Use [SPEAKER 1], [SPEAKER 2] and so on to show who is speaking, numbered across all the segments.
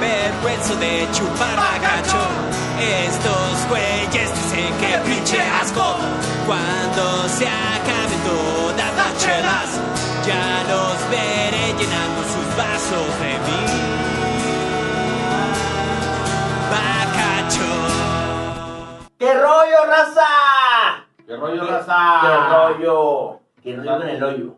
[SPEAKER 1] vergüenzo de chupar a gacho. Estos güeyes dicen que pinche asco. Cuando se acaben todas las chelas, ya los veré llenando sus vasos de mí. Bacacho.
[SPEAKER 2] ¡Qué rollo, raza!
[SPEAKER 3] ¡Qué rollo,
[SPEAKER 2] ¡Qué
[SPEAKER 3] raza!
[SPEAKER 2] rollo! ¡Qué rollo en el hoyo!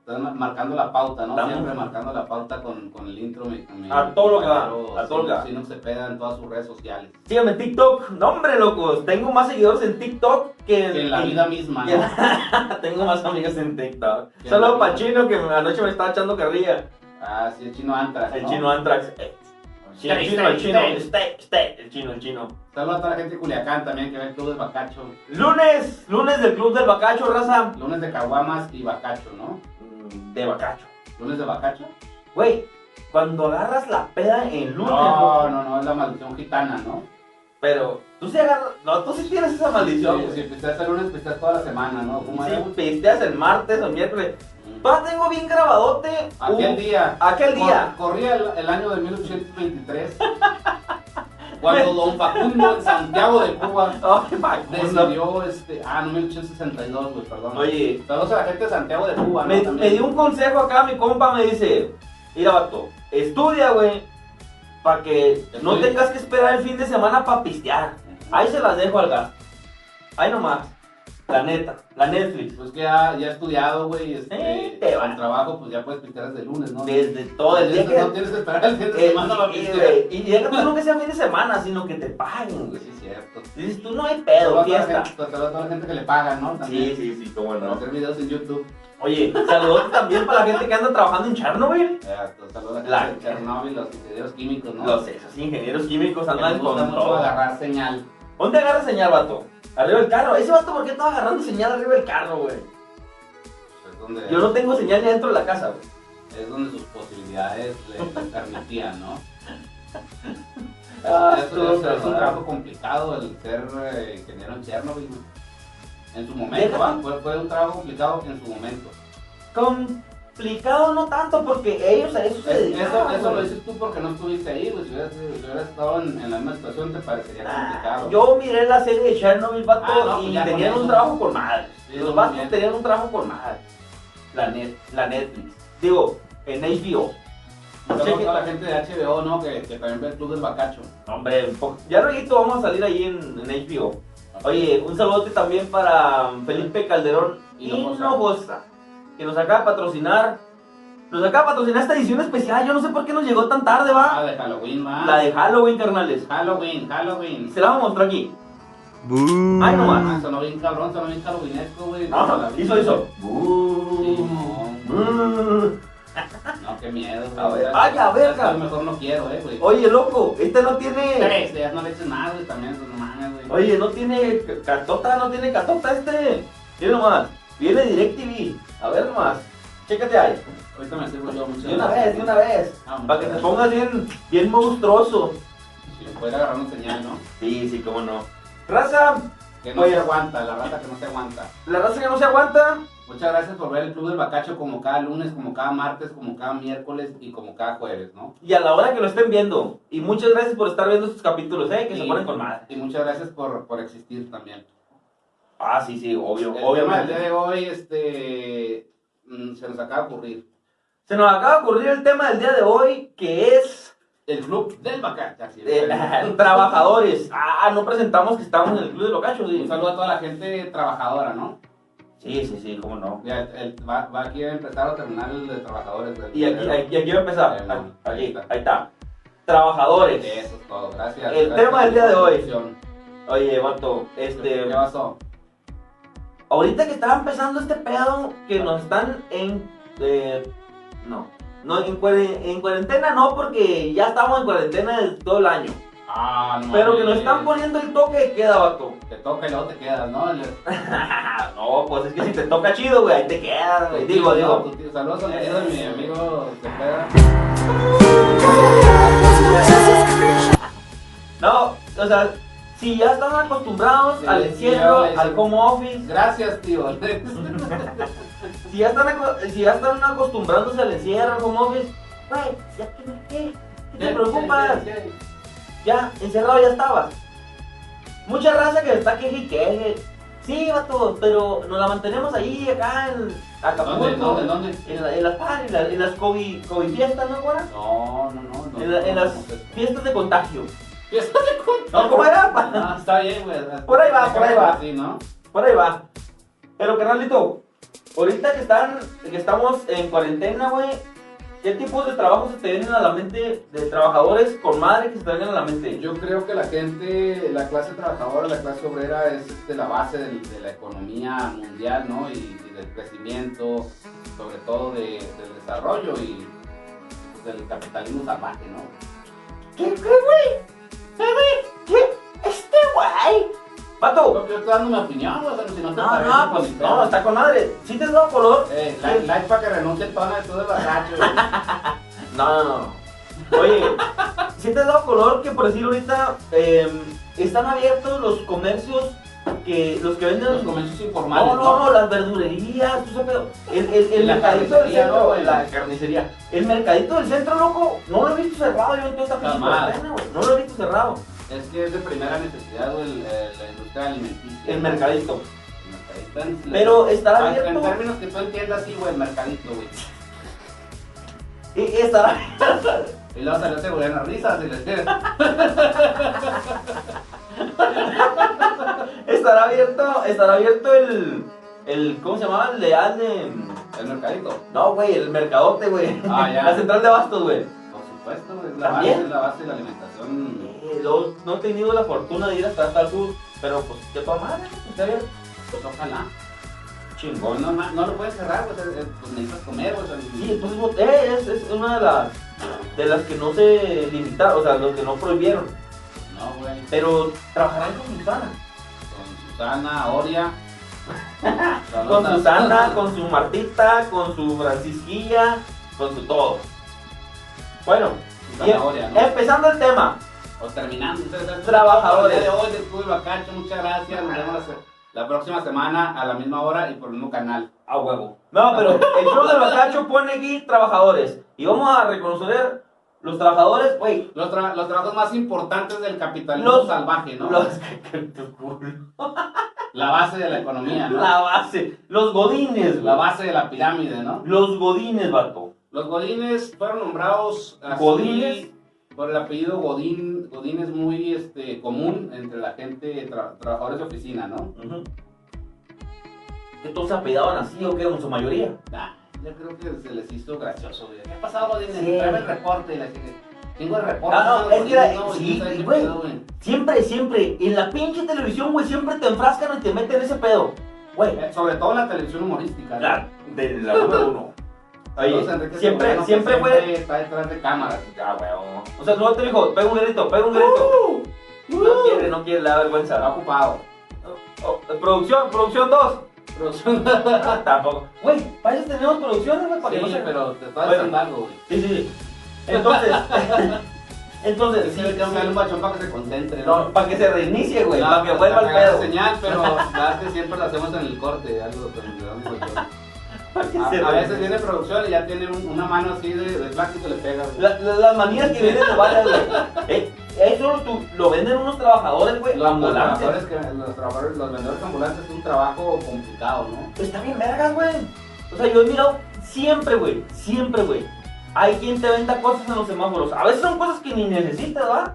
[SPEAKER 3] Están ma- marcando la pauta, ¿no?
[SPEAKER 2] Vamos.
[SPEAKER 3] Siempre marcando la pauta con, con el intro. mi- mi-
[SPEAKER 2] A todo lo que da,
[SPEAKER 3] compañero
[SPEAKER 2] a todo lo que da.
[SPEAKER 3] Sino- Sino Cepeda en todas sus redes sociales.
[SPEAKER 2] Síganme en TikTok. No, hombre, locos. Tengo más seguidores en TikTok que
[SPEAKER 3] Que en la vida misma, ¿no?
[SPEAKER 2] Tengo más amigos en TikTok.
[SPEAKER 3] Que en
[SPEAKER 2] Solo
[SPEAKER 3] la vida.
[SPEAKER 2] Pachino, que anoche me estaba echando carrilla.
[SPEAKER 3] Ah, sí, el chino Antra.
[SPEAKER 2] El chino Antrax. Eh, chino, el chino, el chino. Este, este, el chino, el chino.
[SPEAKER 3] Saludos a toda la gente de Culiacán también que ve el club de Bacacho.
[SPEAKER 2] Lunes, lunes del Club del Bacacho, raza.
[SPEAKER 3] Lunes de Caguamas y Bacacho, ¿no?
[SPEAKER 2] Mm, De Bacacho.
[SPEAKER 3] ¿Lunes de Bacacho?
[SPEAKER 2] Güey, cuando agarras la peda en lunes,
[SPEAKER 3] No,
[SPEAKER 2] loco,
[SPEAKER 3] no, no, es la maldición gitana, ¿no?
[SPEAKER 2] pero tú sí agarras. No, tú sí tienes esa maldición.
[SPEAKER 3] Sí,
[SPEAKER 2] güey.
[SPEAKER 3] Si pisteas el lunes, pisteas toda la semana, ¿no? ¿Cómo era? Mm.
[SPEAKER 2] Sí, pisteas el martes o miércoles. Va, tengo bien grabadote.
[SPEAKER 3] Aquel
[SPEAKER 2] un-
[SPEAKER 3] día.
[SPEAKER 2] Aquel
[SPEAKER 3] Cor-
[SPEAKER 2] día.
[SPEAKER 3] corría el, el año de 1823. cuando don Facundo en Santiago de Cuba
[SPEAKER 2] Ay, Facundo.
[SPEAKER 3] decidió este. Ah, no, 1862, güey, perdón.
[SPEAKER 2] Oye,
[SPEAKER 3] Saludos a la gente de Santiago de Cuba, ¿no?
[SPEAKER 2] me,
[SPEAKER 3] También.
[SPEAKER 2] me dio un consejo acá, mi compa me dice, mira vato, estudia, güey, para que no
[SPEAKER 3] Estudia.
[SPEAKER 2] tengas que esperar el fin de semana para pistear.
[SPEAKER 3] Ah,
[SPEAKER 2] Ahí se las dejo al gasto. Ahí nomás. La neta, la Netflix.
[SPEAKER 3] Pues que ya, ya he estudiado, güey,
[SPEAKER 2] Eh,
[SPEAKER 3] este,
[SPEAKER 2] te va.
[SPEAKER 3] con trabajo, pues ya puedes pistear desde el lunes, ¿no?
[SPEAKER 2] Desde todo el día
[SPEAKER 3] Entonces,
[SPEAKER 2] que...
[SPEAKER 3] No tienes que esperar el fin de
[SPEAKER 2] Eh,
[SPEAKER 3] semana
[SPEAKER 2] y-
[SPEAKER 3] para
[SPEAKER 2] y,
[SPEAKER 3] pistear.
[SPEAKER 2] güey, y deja tú no que sea fin de semana, sino que te paguen, güey.
[SPEAKER 3] Pues sí, es cierto.
[SPEAKER 2] Dices tú, no hay
[SPEAKER 3] Saludos
[SPEAKER 2] pedo,
[SPEAKER 3] a toda la
[SPEAKER 2] fiesta.
[SPEAKER 3] gente- saludos a toda la gente que le paga, ¿no? También.
[SPEAKER 2] sí, sí, cómo
[SPEAKER 3] Para hacer videos en YouTube.
[SPEAKER 2] Oye, saludos también para la gente que anda trabajando en Chernobyl.
[SPEAKER 3] Exacto, saludos a la
[SPEAKER 2] La-
[SPEAKER 3] gente de Chernobyl, los ingenieros químicos, ¿no?
[SPEAKER 2] Los esos ingenieros químicos
[SPEAKER 3] Que les
[SPEAKER 2] andan
[SPEAKER 3] gusta
[SPEAKER 2] con
[SPEAKER 3] mucho
[SPEAKER 2] todo.
[SPEAKER 3] agarrar señal.
[SPEAKER 2] ¿Dónde agarra señal, vato? Arriba del carro. Ese vato, ¿por qué estaba agarrando señal arriba del carro, güey?
[SPEAKER 3] Es donde,
[SPEAKER 2] Yo no tengo señal ni dentro de la casa, güey.
[SPEAKER 3] es donde sus posibilidades le, le permitían, ¿no? Es-
[SPEAKER 2] Ah,
[SPEAKER 3] es,
[SPEAKER 2] estuvo
[SPEAKER 3] es- es un
[SPEAKER 2] cabrón.
[SPEAKER 3] trabajo complicado el ser eh, ingeniero en Chernobyl. güey. En su momento,
[SPEAKER 2] Deja
[SPEAKER 3] ¿va?
[SPEAKER 2] tú.
[SPEAKER 3] Fue, fue un trabajo complicado en su momento.
[SPEAKER 2] Complicado no tanto, porque ellos a eso se
[SPEAKER 3] Es- eso,
[SPEAKER 2] dedicaban,
[SPEAKER 3] eso lo
[SPEAKER 2] Ah, güey.
[SPEAKER 3] dices tú porque no estuviste ahí, güey. Si hubieras, si hubieras estado en, en la misma situación, te parecería complicado.
[SPEAKER 2] Ah, Yo miré la serie de Chernobyl, vato,
[SPEAKER 3] Ah, no, pues
[SPEAKER 2] y
[SPEAKER 3] ya con
[SPEAKER 2] tenían
[SPEAKER 3] eso.
[SPEAKER 2] un trabajo con madres.
[SPEAKER 3] Sí,
[SPEAKER 2] Los
[SPEAKER 3] muy
[SPEAKER 2] vatos
[SPEAKER 3] bien.
[SPEAKER 2] tenían un trabajo con madres. La, net, la Netflix. Digo, en HBO.
[SPEAKER 3] Saludos
[SPEAKER 2] Cheque-
[SPEAKER 3] a la gente de HBO, ¿no? Que, que también ve el Club del Bacacho.
[SPEAKER 2] Hombre, po- ya luego vamos a salir ahí en, en HBO. Oye, un saludote también para Felipe Calderón
[SPEAKER 3] Hinojosa.
[SPEAKER 2] Hinojosa, que nos acaba de patrocinar. Nos acaba de patrocinar esta edición especial. Yo no sé por qué nos llegó tan tarde,
[SPEAKER 3] Ah,
[SPEAKER 2] va.
[SPEAKER 3] de Halloween, ¿va?
[SPEAKER 2] La de Halloween, carnales.
[SPEAKER 3] Halloween, Halloween.
[SPEAKER 2] Se la vamos a mostrar aquí. Ay, no
[SPEAKER 3] Ah,
[SPEAKER 2] más.
[SPEAKER 3] sonó bien cabrón, sonó bien halloweenesco, güey.
[SPEAKER 2] Ah, hizo eso.
[SPEAKER 3] Sí, no.
[SPEAKER 2] Bú.
[SPEAKER 3] No, qué miedo, güey.
[SPEAKER 2] A ver, vaya, verga.
[SPEAKER 3] Yo mejor no quiero, eh, güey.
[SPEAKER 2] Oye, loco, este no tiene.
[SPEAKER 3] Tres, ya no le eches nada, güey, también, eso no mames, güey.
[SPEAKER 2] Oye, no tiene catota, no tiene catota este. Mira nomás. Viene DirecTV. A ver nomás. Chécate ahí.
[SPEAKER 3] Ahorita me sirvo yo mucho.
[SPEAKER 2] De una vez, de una vez.
[SPEAKER 3] Ah,
[SPEAKER 2] Para que te pongas bien, bien monstruoso.
[SPEAKER 3] Si puede agarrar un señal, ¿no?
[SPEAKER 2] Sí, sí, cómo no. Raza,
[SPEAKER 3] Que no
[SPEAKER 2] Oye.
[SPEAKER 3] se aguanta, la rata que no se aguanta.
[SPEAKER 2] la raza que no se aguanta.
[SPEAKER 3] Muchas gracias por ver el Club del Bacacho como cada lunes, como cada martes, como cada miércoles y como cada jueves, ¿no?
[SPEAKER 2] Y a la hora que lo estén viendo. Y muchas gracias por estar viendo estos capítulos, ¿eh? Que se
[SPEAKER 3] Y-
[SPEAKER 2] ponen con madre.
[SPEAKER 3] Y muchas gracias por, por existir también.
[SPEAKER 2] Ah, sí, sí, obvio,
[SPEAKER 3] El tema del día
[SPEAKER 2] obviamente.
[SPEAKER 3] de hoy, este, mm, se nos acaba de ocurrir.
[SPEAKER 2] Se nos acaba de ocurrir el tema del día de hoy, que es
[SPEAKER 3] El club del Bacacho. así es.
[SPEAKER 2] eh, trabajadores. Ah, no presentamos que estamos en el Club de los Cachos.
[SPEAKER 3] Un
[SPEAKER 2] Sí,
[SPEAKER 3] saludo a toda la gente trabajadora, ¿no?
[SPEAKER 2] sí, sí, sí, cómo no.
[SPEAKER 3] Ya, el- el- va, va aquí a empezar a terminar el de trabajadores. del-
[SPEAKER 2] Y aquí, aquí, aquí va a empezar.
[SPEAKER 3] Eh, no,
[SPEAKER 2] Aquí,
[SPEAKER 3] ahí
[SPEAKER 2] ahí
[SPEAKER 3] está.
[SPEAKER 2] está. Trabajadores.
[SPEAKER 3] Eso es todo, gracias.
[SPEAKER 2] El
[SPEAKER 3] Gracias
[SPEAKER 2] tema del día de
[SPEAKER 3] por la
[SPEAKER 2] hoy.
[SPEAKER 3] introducción.
[SPEAKER 2] Oye, vato,
[SPEAKER 3] ¿Qué
[SPEAKER 2] este.
[SPEAKER 3] pasó?
[SPEAKER 2] Ahorita que estaba empezando este pedo, que nos están en. eh, no. No, en, cuaren- en cuarentena no, porque ya estamos en cuarentena de todo el año.
[SPEAKER 3] Ah, no.
[SPEAKER 2] Pero que nos
[SPEAKER 3] mames.
[SPEAKER 2] están poniendo el toque de queda, vato.
[SPEAKER 3] Te toca y luego te quedas, ¿no? El-
[SPEAKER 2] no, pues es que si te toca chido, güey, ahí te quedas, güey. Digo,
[SPEAKER 3] tu tío,
[SPEAKER 2] digo. Eh.
[SPEAKER 3] tu tío. Saludos a mi tío, mi amigo Cepeda.
[SPEAKER 2] No, o sea, si ya están acostumbrados
[SPEAKER 3] Sí,
[SPEAKER 2] al
[SPEAKER 3] sí,
[SPEAKER 2] encierro,
[SPEAKER 3] ya, ya.
[SPEAKER 2] al home office,
[SPEAKER 3] Gracias, tío.
[SPEAKER 2] si ya están, aco- si ya están acostumbrándose al encierro, al home office, güey, ya que me qué, te preocupas. Ya, encerrado ya estabas. Mucha raza que está queje y queje. Sí, vato, pero nos la mantenemos ahí, acá en Acapulco.
[SPEAKER 3] ¿Dónde? ¿Dónde? ¿Dónde?
[SPEAKER 2] En, la- en las par, en, la- en las COVID, COVID fiestas, ¿no, Guara?
[SPEAKER 3] No, no, no. no
[SPEAKER 2] En, la- en
[SPEAKER 3] no,
[SPEAKER 2] las fiestas de contagio.
[SPEAKER 3] Fiestas de
[SPEAKER 2] No, ¿cómo era?
[SPEAKER 3] Ah, está bien, güey.
[SPEAKER 2] Por ahí va, por ahí va.
[SPEAKER 3] Sí, ¿no?
[SPEAKER 2] Por ahí va. Pero carnalito, ahorita que están, que estamos en cuarentena, güey, ¿qué tipos de trabajos se te vienen a la mente de trabajadores con madre que se te vengan a la mente?
[SPEAKER 3] Yo creo que la gente, la clase trabajadora, la clase obrera es este, la base del- de, la economía mundial, ¿no? Y, y del crecimiento, sobre todo de- del desarrollo y del capitalismo salvaje, ¿no?
[SPEAKER 2] ¿Qué, qué, güey? ¿Qué, güey? ¿Qué? Este güey. Pato.
[SPEAKER 3] Yo, yo estoy dando mi opinión, güey, o sea, si no te
[SPEAKER 2] No,
[SPEAKER 3] parece,
[SPEAKER 2] no, pues
[SPEAKER 3] ni pedo.
[SPEAKER 2] no, está con madre. Si te has dado color.
[SPEAKER 3] Eh, like, like para que renuncie el tono de todo el barracho, güey.
[SPEAKER 2] No, no, no. Oye, si te has dado color que por decir ahorita eh, están abiertos los comercios que los que venden
[SPEAKER 3] Los comercios informales,
[SPEAKER 2] No, no, no, las verdurerías, tú sabes, el, el, el
[SPEAKER 3] La
[SPEAKER 2] mercadito del
[SPEAKER 3] carnicería,
[SPEAKER 2] centro,
[SPEAKER 3] ¿no,
[SPEAKER 2] güey,
[SPEAKER 3] güey?
[SPEAKER 2] la carnicería. El mercadito del centro, loco, no lo he visto cerrado yo en toda esta pinche
[SPEAKER 3] Jamás.
[SPEAKER 2] cuarentena, pues, güey, No lo he visto cerrado.
[SPEAKER 3] Es que es de primera necesidad, güey, el- el- la industria alimenticia.
[SPEAKER 2] El mercadito.
[SPEAKER 3] El mercadito en-
[SPEAKER 2] Pero estará
[SPEAKER 3] Ah, En
[SPEAKER 2] abierto.
[SPEAKER 3] términos que tú entiendas, sí, güey, el mercadito, güey.
[SPEAKER 2] eh, Estará.
[SPEAKER 3] Y luego salió seguridad en la risa, si les quieres.
[SPEAKER 2] Estará abierto. Estará abierto el. el ¿Cómo se llamaba? El de al de.
[SPEAKER 3] Mm, El mercadito,
[SPEAKER 2] No, güey, el mercadote, güey.
[SPEAKER 3] Ah, ya.
[SPEAKER 2] La central de abastos, güey.
[SPEAKER 3] por supuesto, güey, es la
[SPEAKER 2] ¿También?
[SPEAKER 3] base, es la base de la alimentación.
[SPEAKER 2] Eh, No, no he tenido la fortuna de ir hasta hasta el sur, pero pues qué toda madre, ¿en serio?
[SPEAKER 3] Pues ojalá.
[SPEAKER 2] Chingón.
[SPEAKER 3] Pues, no, ma- no lo puedes cerrar, pues, eh, eh, pues necesitas comer, güey. o sea,
[SPEAKER 2] Sí, entonces vos- eh, es, es una de las de las que no se limitaron, o sea, los que no prohibieron.
[SPEAKER 3] No, güey.
[SPEAKER 2] Pero trabajarán con Susana.
[SPEAKER 3] Con Susana, Oria.
[SPEAKER 2] Con
[SPEAKER 3] Saludos.
[SPEAKER 2] Susana, con su Martita, con su Francisquilla, con su todo. Bueno,
[SPEAKER 3] Susana
[SPEAKER 2] y em-
[SPEAKER 3] Oria, ¿no?
[SPEAKER 2] empezando el tema.
[SPEAKER 3] O terminando. ustedes saben,
[SPEAKER 2] Trabajadores.
[SPEAKER 3] el día de hoy del Club Bacacho, muchas gracias. Nos vemos la, se- la próxima semana a la misma hora y por el mismo canal.
[SPEAKER 2] A huevo. No, pero el club del bacacho pone aquí trabajadores. Y vamos a reconocer los trabajadores, güey.
[SPEAKER 3] Los, tra- los trabajos más importantes del capitalismo
[SPEAKER 2] Los-
[SPEAKER 3] salvaje, ¿no?
[SPEAKER 2] Los que tu culo.
[SPEAKER 3] La base de la economía, ¿no?
[SPEAKER 2] La base. Los godines,
[SPEAKER 3] La
[SPEAKER 2] la base.
[SPEAKER 3] base de la pirámide, ¿no?
[SPEAKER 2] Los godines, vato.
[SPEAKER 3] Los Godines fueron nombrados así
[SPEAKER 2] Godínez.
[SPEAKER 3] por el apellido Godín. Godín es muy este, común entre la gente, tra- trabajadores de oficina, ¿no?
[SPEAKER 2] Ujú. Que todos se apellidaban así o que en su mayoría.
[SPEAKER 3] Nah, yo creo que se les hizo gracioso. güey. ¿Qué ha pasado, Godines?
[SPEAKER 2] Sí.
[SPEAKER 3] Trae el reporte y la gente. Tengo el reporte.
[SPEAKER 2] Ah, no,
[SPEAKER 3] de
[SPEAKER 2] es que era-
[SPEAKER 3] Godínez, ¿no?
[SPEAKER 2] sí,
[SPEAKER 3] Y no sabe qué
[SPEAKER 2] güey.
[SPEAKER 3] pedo, güey.
[SPEAKER 2] Siempre, siempre, en la pinche televisión, güey, siempre te enfrascan y te meten ese pedo. Güey,
[SPEAKER 3] Eh, Sobre todo en la televisión humorística. ¿no?
[SPEAKER 2] la, de la número uno. Oye,
[SPEAKER 3] Entonces, Enrique
[SPEAKER 2] siempre,
[SPEAKER 3] Segoviano,
[SPEAKER 2] siempre
[SPEAKER 3] que
[SPEAKER 2] fue.
[SPEAKER 3] siempre Está detrás de cámaras. Ya, huevo.
[SPEAKER 2] O sea, no te dijo, pega un grito, pega un grito.
[SPEAKER 3] ¡Uh!
[SPEAKER 2] No quiere, no quiere, le da vergüenza.
[SPEAKER 3] Está
[SPEAKER 2] ¿no?
[SPEAKER 3] ocupado.
[SPEAKER 2] Oh, eh, producción, producción 2.
[SPEAKER 3] Producción.
[SPEAKER 2] Tampoco. Güey, para eso tenemos producciones, güey, para que no
[SPEAKER 3] Sí,
[SPEAKER 2] se-
[SPEAKER 3] pero te está
[SPEAKER 2] Bueno.
[SPEAKER 3] haciendo algo, güey.
[SPEAKER 2] Sí, sí, sí. Entonces, entonces,
[SPEAKER 3] Sí,
[SPEAKER 2] sí,
[SPEAKER 3] le tengo que
[SPEAKER 2] sí.
[SPEAKER 3] darle un bachón para que se concentre. Ah,
[SPEAKER 2] No, para que se reinicie, güey, para que vuelva al
[SPEAKER 3] para que haga
[SPEAKER 2] pedo.
[SPEAKER 3] señal, pero la verdad es que siempre lo hacemos en el corte. Algo, pero le damos bachón.
[SPEAKER 2] Para que se
[SPEAKER 3] Ah, a, a veces
[SPEAKER 2] reinicie.
[SPEAKER 3] viene producción y ya tiene un- una mano así de, de plástico y le pega. güey.
[SPEAKER 2] La- la- las manías que vienen de varias, güey. Eh, eso tú- lo venden unos trabajadores, güey,
[SPEAKER 3] Los
[SPEAKER 2] ambulantes.
[SPEAKER 3] trabajadores, que, los trabajadores, los vendedores ambulantes es un trabajo complicado, ¿no?
[SPEAKER 2] Está bien vergas, güey. O sea, yo he mirado siempre, güey, siempre, güey. Hay quien te venda cosas en los semáforos. A veces son cosas que ni necesitas, ¿va?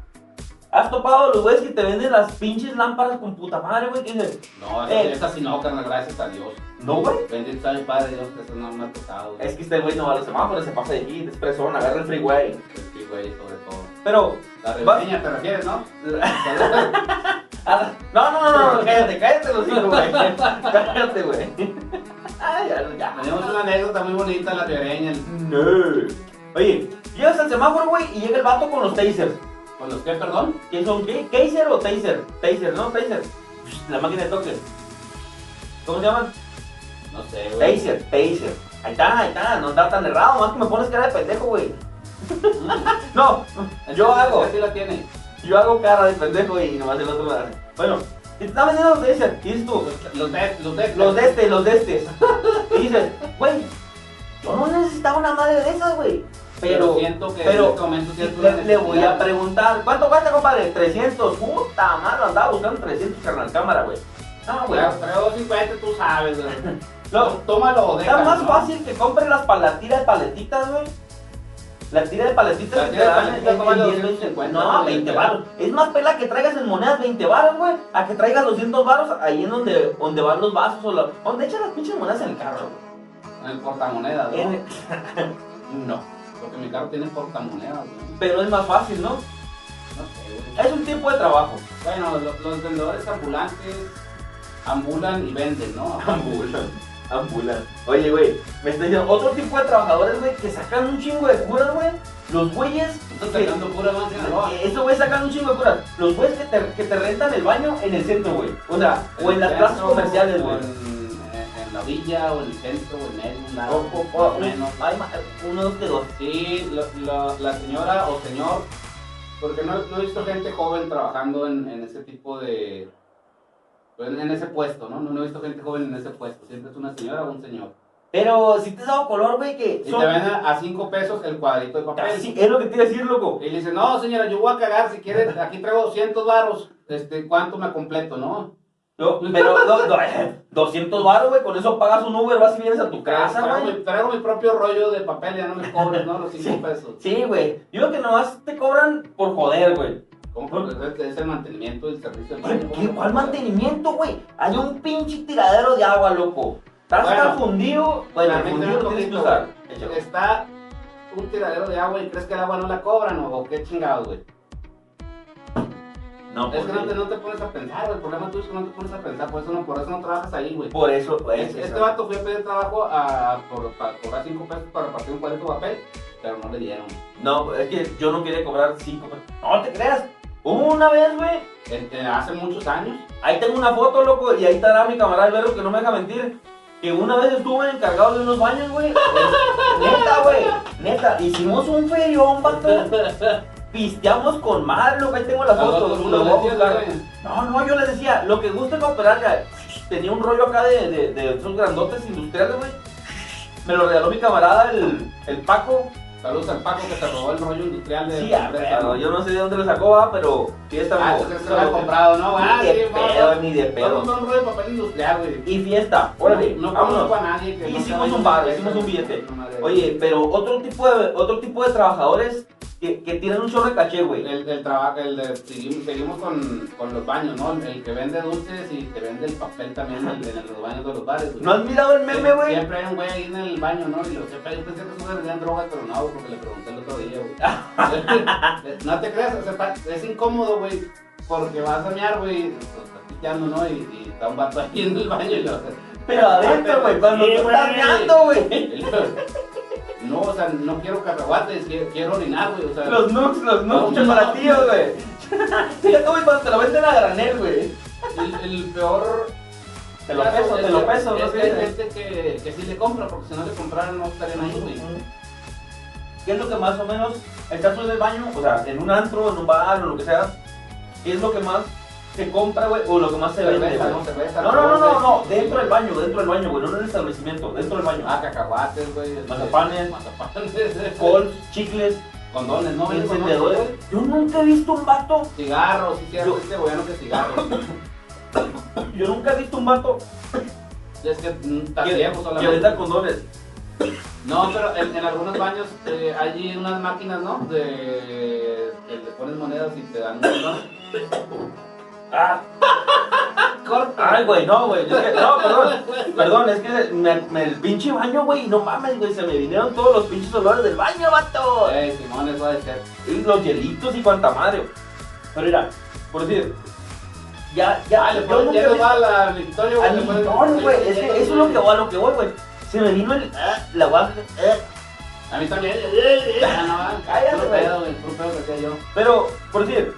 [SPEAKER 2] Has topado a los güeyes que te venden las pinches lámparas con puta madre, güey, que dicen,
[SPEAKER 3] No, esa,
[SPEAKER 2] Eh.
[SPEAKER 3] esa sí no, carnal, gracias a Dios.
[SPEAKER 2] no, güey.
[SPEAKER 3] Bendito sea el Padre Dios que eso no me ha tocado. güey.
[SPEAKER 2] Es que este güey no va a los semáforos, se pasa de aquí, despresón, agarra el freeway.
[SPEAKER 3] Sí, güey, sobre todo.
[SPEAKER 2] Pero,
[SPEAKER 3] La reseña te refieres, ¿no?
[SPEAKER 2] Ah, No, no, no, no, cállate, cállate los hijos, güey. Cállate, güey. Ay, ya, ya.
[SPEAKER 3] Tenemos una anécdota muy bonita, la ribereña, el-
[SPEAKER 2] No. Oye, llegas al semáforo, güey, y llega el vato con los tasers.
[SPEAKER 3] con los que, perdón,
[SPEAKER 2] ¿Qué son? ¿Qué? ¿Taser o taser? Taser, ¿no? Taser. La máquina de toques. ¿Cómo se llaman?
[SPEAKER 3] no sé, güey.
[SPEAKER 2] Taser, taser. Ahí está, ahí está, no está tan errado, más que me pones cara de pendejo, güey. No, yo hago.
[SPEAKER 3] Así la tiene.
[SPEAKER 2] Yo hago cara de pendejo y nomás el otro me hace. Bueno, y te está vendiendo los Dexter, dices tú,
[SPEAKER 3] Los de, los de,
[SPEAKER 2] los de este, los de este. Y dices, güey, yo no necesitaba una madre de esas, güey. Pero,
[SPEAKER 3] Pero siento que
[SPEAKER 2] pero
[SPEAKER 3] en este momento siento
[SPEAKER 2] le,
[SPEAKER 3] una
[SPEAKER 2] le voy a
[SPEAKER 3] necesidad.
[SPEAKER 2] preguntar, ¿cuánto cuesta, compadre? 300. Puta madre, andaba buscando 300 carnal cámara, güey. No, güey.
[SPEAKER 3] Bueno, pero 250 tú sabes, güey.
[SPEAKER 2] No,
[SPEAKER 3] Tómalo,
[SPEAKER 2] Está
[SPEAKER 3] déjalo,
[SPEAKER 2] más
[SPEAKER 3] ¿no?
[SPEAKER 2] fácil que compren las pa- la tira de paletitas, güey. La tira de paletitas
[SPEAKER 3] La
[SPEAKER 2] que te
[SPEAKER 3] tira de
[SPEAKER 2] dan
[SPEAKER 3] paletitas
[SPEAKER 2] en-
[SPEAKER 3] vale
[SPEAKER 2] en 10,
[SPEAKER 3] 250,
[SPEAKER 2] No,
[SPEAKER 3] güey,
[SPEAKER 2] 20
[SPEAKER 3] ya.
[SPEAKER 2] baros. Es más pela que traigas en monedas 20 baros, güey. A que traigas 200 baros ahí en donde, donde van los vasos o la... Donde echan las pinches monedas en el carro, güey.
[SPEAKER 3] En el portamonedas,
[SPEAKER 2] En
[SPEAKER 3] ¿no?
[SPEAKER 2] el-
[SPEAKER 3] No. Porque mi carro tiene portamonedas, güey.
[SPEAKER 2] Pero es más fácil, ¿no?
[SPEAKER 3] No sé, güey.
[SPEAKER 2] Es un tiempo de trabajo.
[SPEAKER 3] Bueno, lo- los, vendedores ambulantes ambulan y venden, ¿no?
[SPEAKER 2] Ambulan, ambulan. Oye, güey, me está diciendo otro tipo de trabajadores, güey, que sacan un chingo de curas, güey. Los güeyes
[SPEAKER 3] Están
[SPEAKER 2] que-
[SPEAKER 3] sacando pura más Sinaloa.
[SPEAKER 2] Eh, Esos güeyes sacan un chingo de curas. Los güeyes que te, que te rentan el baño en el centro, güey. O sea, o en las
[SPEAKER 3] Centro,
[SPEAKER 2] plazas comerciales,
[SPEAKER 3] o
[SPEAKER 2] güey.
[SPEAKER 3] En, en- en la villa, o en el centro, o en el un
[SPEAKER 2] O,
[SPEAKER 3] lado,
[SPEAKER 2] o,
[SPEAKER 3] más
[SPEAKER 2] o,
[SPEAKER 3] o menos.
[SPEAKER 2] hay más- uno, dos, que dos.
[SPEAKER 3] Sí, lo- lo- la señora o señor, porque no, no he visto gente joven trabajando en, en ese tipo de... pues, En, en ese puesto, ¿no? ¿no? no he visto gente joven en ese puesto. Siempre es una señora o un señor.
[SPEAKER 2] Pero si te has dado color, güey, que
[SPEAKER 3] Y
[SPEAKER 2] son-
[SPEAKER 3] te venden a 5 pesos el cuadrito de papel.
[SPEAKER 2] Sí, es lo que te iba a decir, loco.
[SPEAKER 3] Y le dice, no señora, yo voy a cagar, si quiere, aquí traigo 200 barros, este, ¿cuánto me completo, no?
[SPEAKER 2] No, pero no, no, eh, 200 baros, güey, con eso pagas un Uber, vas y vienes a tu casa,
[SPEAKER 3] traigo,
[SPEAKER 2] güey.
[SPEAKER 3] mi, traigo mi propio rollo de papel, ya no me cobres, ¿no? Los 5 pesos.
[SPEAKER 2] Sí, güey. Yo creo que nomás te cobran por joder, güey.
[SPEAKER 3] ¿Cómo? Porque Es, es el mantenimiento del servicio del
[SPEAKER 2] ¿Qué,
[SPEAKER 3] baño.
[SPEAKER 2] qué- cuál mantenimiento, güey? Hay un pinche tiradero de agua, loco. Estás
[SPEAKER 3] Bueno.
[SPEAKER 2] tan fundido. Bueno, el
[SPEAKER 3] Permíteme
[SPEAKER 2] fundido
[SPEAKER 3] un
[SPEAKER 2] lo tienes que
[SPEAKER 3] poquito,
[SPEAKER 2] usar.
[SPEAKER 3] güey.
[SPEAKER 2] Échalo.
[SPEAKER 3] Está un tiradero de agua y crees que el agua no la cobran, ¿o qué chingados, güey?
[SPEAKER 2] No, pues,
[SPEAKER 3] Es que no
[SPEAKER 2] porque-
[SPEAKER 3] te, no te pones a pensar, güey, el problema tuyo es que no te pones a pensar, por eso no, por eso no trabajas ahí, güey.
[SPEAKER 2] Por eso, güey,
[SPEAKER 3] Es-
[SPEAKER 2] esa-
[SPEAKER 3] este vato fue a pedir trabajo a, por, para cobrar 5 pesos para repartir un cuadrito de papel, pero no le dieron.
[SPEAKER 2] No, es que yo no quería cobrar 5 pesos. No te creas. Hubo una vez, güey.
[SPEAKER 3] Este, hace muchos años.
[SPEAKER 2] Ahí tengo una foto, loco. Y ahí estará mi camarada Alberto que no me deja mentir. Que una vez estuve encargado de unos baños, güey. neta, güey. Neta. Hicimos un ferión, vato. Pisteamos con madre, loco. Ahí tengo la
[SPEAKER 3] Al
[SPEAKER 2] foto.
[SPEAKER 3] otro
[SPEAKER 2] lo
[SPEAKER 3] mundo
[SPEAKER 2] voy a
[SPEAKER 3] le
[SPEAKER 2] buscar.
[SPEAKER 3] decías, güey.
[SPEAKER 2] No, no, yo les decía, lo que guste comprar, ya, tenía un rollo acá de, de, de esos grandotes industriales, güey. Me lo regaló mi camarada, el, el Paco.
[SPEAKER 3] Saludos al Paco que se robó el rollo industrial de
[SPEAKER 2] Sí,
[SPEAKER 3] la
[SPEAKER 2] a
[SPEAKER 3] empresa,
[SPEAKER 2] ver,
[SPEAKER 3] ¿no?
[SPEAKER 2] no, yo no sé de dónde lo sacó, va, pero fiesta
[SPEAKER 3] Ah,
[SPEAKER 2] mo-
[SPEAKER 3] entonces se lo han comprado, ¿no? Ah,
[SPEAKER 2] Ni
[SPEAKER 3] sí,
[SPEAKER 2] de
[SPEAKER 3] vamos.
[SPEAKER 2] pedo, ni de pedo.
[SPEAKER 3] Vamos a un rollo de papel industrial, güey.
[SPEAKER 2] Y fiesta, órale,
[SPEAKER 3] no, no conozco
[SPEAKER 2] vámonos.
[SPEAKER 3] a nadie que no
[SPEAKER 2] Hicimos
[SPEAKER 3] sabe
[SPEAKER 2] un bar,
[SPEAKER 3] hacer
[SPEAKER 2] hicimos
[SPEAKER 3] eso.
[SPEAKER 2] un billete.
[SPEAKER 3] No, madre.
[SPEAKER 2] Oye, pero otro tipo de, otro tipo de trabajadores que, que tienen un chorro de caché, güey.
[SPEAKER 3] El, el trabajo, el de, seguimos, seguimos con, con los baños, ¿no? El, el que vende dulces y que vende el papel también en, en los baños de los bares, güey.
[SPEAKER 2] ¿No has mirado el meme, güey?
[SPEAKER 3] Siempre hay un güey ahí en el baño, ¿no? Y lo siempre yo pensé que esos güeyes vendían drogas, pero no, güey, porque le pregunté el otro día, güey. no te creas, o sea, está- es incómodo, güey, porque vas a mear, güey, pues, estás pisteando, ¿no? Y, y está un vato ahí en el baño y lo...
[SPEAKER 2] Pero adentro, güey, cuando
[SPEAKER 3] Sí,
[SPEAKER 2] tú
[SPEAKER 3] güey.
[SPEAKER 2] estás meando, güey.
[SPEAKER 3] y lo- No, o sea, no quiero cacahuates, quiero, quiero orinar, güey, o sea...
[SPEAKER 2] Los nukes, los nukes,
[SPEAKER 3] Los
[SPEAKER 2] chocolatillos, güey. Ya como cuando te lo venden a granel, güey.
[SPEAKER 3] El, el peor.
[SPEAKER 2] Te lo
[SPEAKER 3] caso
[SPEAKER 2] peso,
[SPEAKER 3] es
[SPEAKER 2] te lo
[SPEAKER 3] que-
[SPEAKER 2] peso,
[SPEAKER 3] Es
[SPEAKER 2] no
[SPEAKER 3] que hay
[SPEAKER 2] sé.
[SPEAKER 3] gente que, que sí le compra, porque si no le compraran no estarían ahí, güey.
[SPEAKER 2] ¿Qué es lo que más o menos, el caso del baño, o sea, en un antro, en un bar o lo que sea, qué es lo que más se compra, güey, o lo que más se vende,
[SPEAKER 3] Cerveza,
[SPEAKER 2] güey?
[SPEAKER 3] ¿no? Cerveza.
[SPEAKER 2] No, no, no, no, no,
[SPEAKER 3] dulces.
[SPEAKER 2] dentro del baño, dentro del baño, güey, no en el establecimiento, dentro del baño.
[SPEAKER 3] Ah, cacahuates, güey. este,
[SPEAKER 2] Mazapanes.
[SPEAKER 3] Mazapanes.
[SPEAKER 2] Alcohol, chicles,
[SPEAKER 3] Condones, ¿no? Venden condones,
[SPEAKER 2] encendedores.
[SPEAKER 3] güey.
[SPEAKER 2] Yo nunca he visto un vato
[SPEAKER 3] Cigarros, sí, cierto,
[SPEAKER 2] Yo-
[SPEAKER 3] este bueno que cigarros.
[SPEAKER 2] yo nunca he visto un vato
[SPEAKER 3] es que mm, está
[SPEAKER 2] que,
[SPEAKER 3] ciego
[SPEAKER 2] que
[SPEAKER 3] solamente.
[SPEAKER 2] venda condones.
[SPEAKER 3] No, pero en, en algunos baños eh, hay unas máquinas, ¿no? De. que le pones monedas y te dan un condón.
[SPEAKER 2] Ah,
[SPEAKER 3] Corta.
[SPEAKER 2] ay, güey, no, güey, es que- no, perdón. Perdón, es que me, me- el pinche baño, güey, no mames, güey, se me vinieron todos los pinches olores del baño, vato.
[SPEAKER 3] Ey, Eh, Simón, eso ha de ser.
[SPEAKER 2] Y los hielitos y cuanta madre. güey. Pero mira, por decir, ya, ya,
[SPEAKER 3] Ah, le
[SPEAKER 2] yo
[SPEAKER 3] pones
[SPEAKER 2] nunca he
[SPEAKER 3] hielo
[SPEAKER 2] visto-
[SPEAKER 3] al- al Victorio, güey,
[SPEAKER 2] al
[SPEAKER 3] le pones-
[SPEAKER 2] limón, güey, es que
[SPEAKER 3] hielo,
[SPEAKER 2] eso es lo que voy a lo que voy, güey. Se me vino el, ah,
[SPEAKER 3] Eh.
[SPEAKER 2] la guaja, ah.
[SPEAKER 3] A mí también. eh, eh, eh, ah, no, ah,
[SPEAKER 2] Cállate,
[SPEAKER 3] puro
[SPEAKER 2] güey.
[SPEAKER 3] pedo, güey, puro pedo que hacía yo.
[SPEAKER 2] Pero, por decir,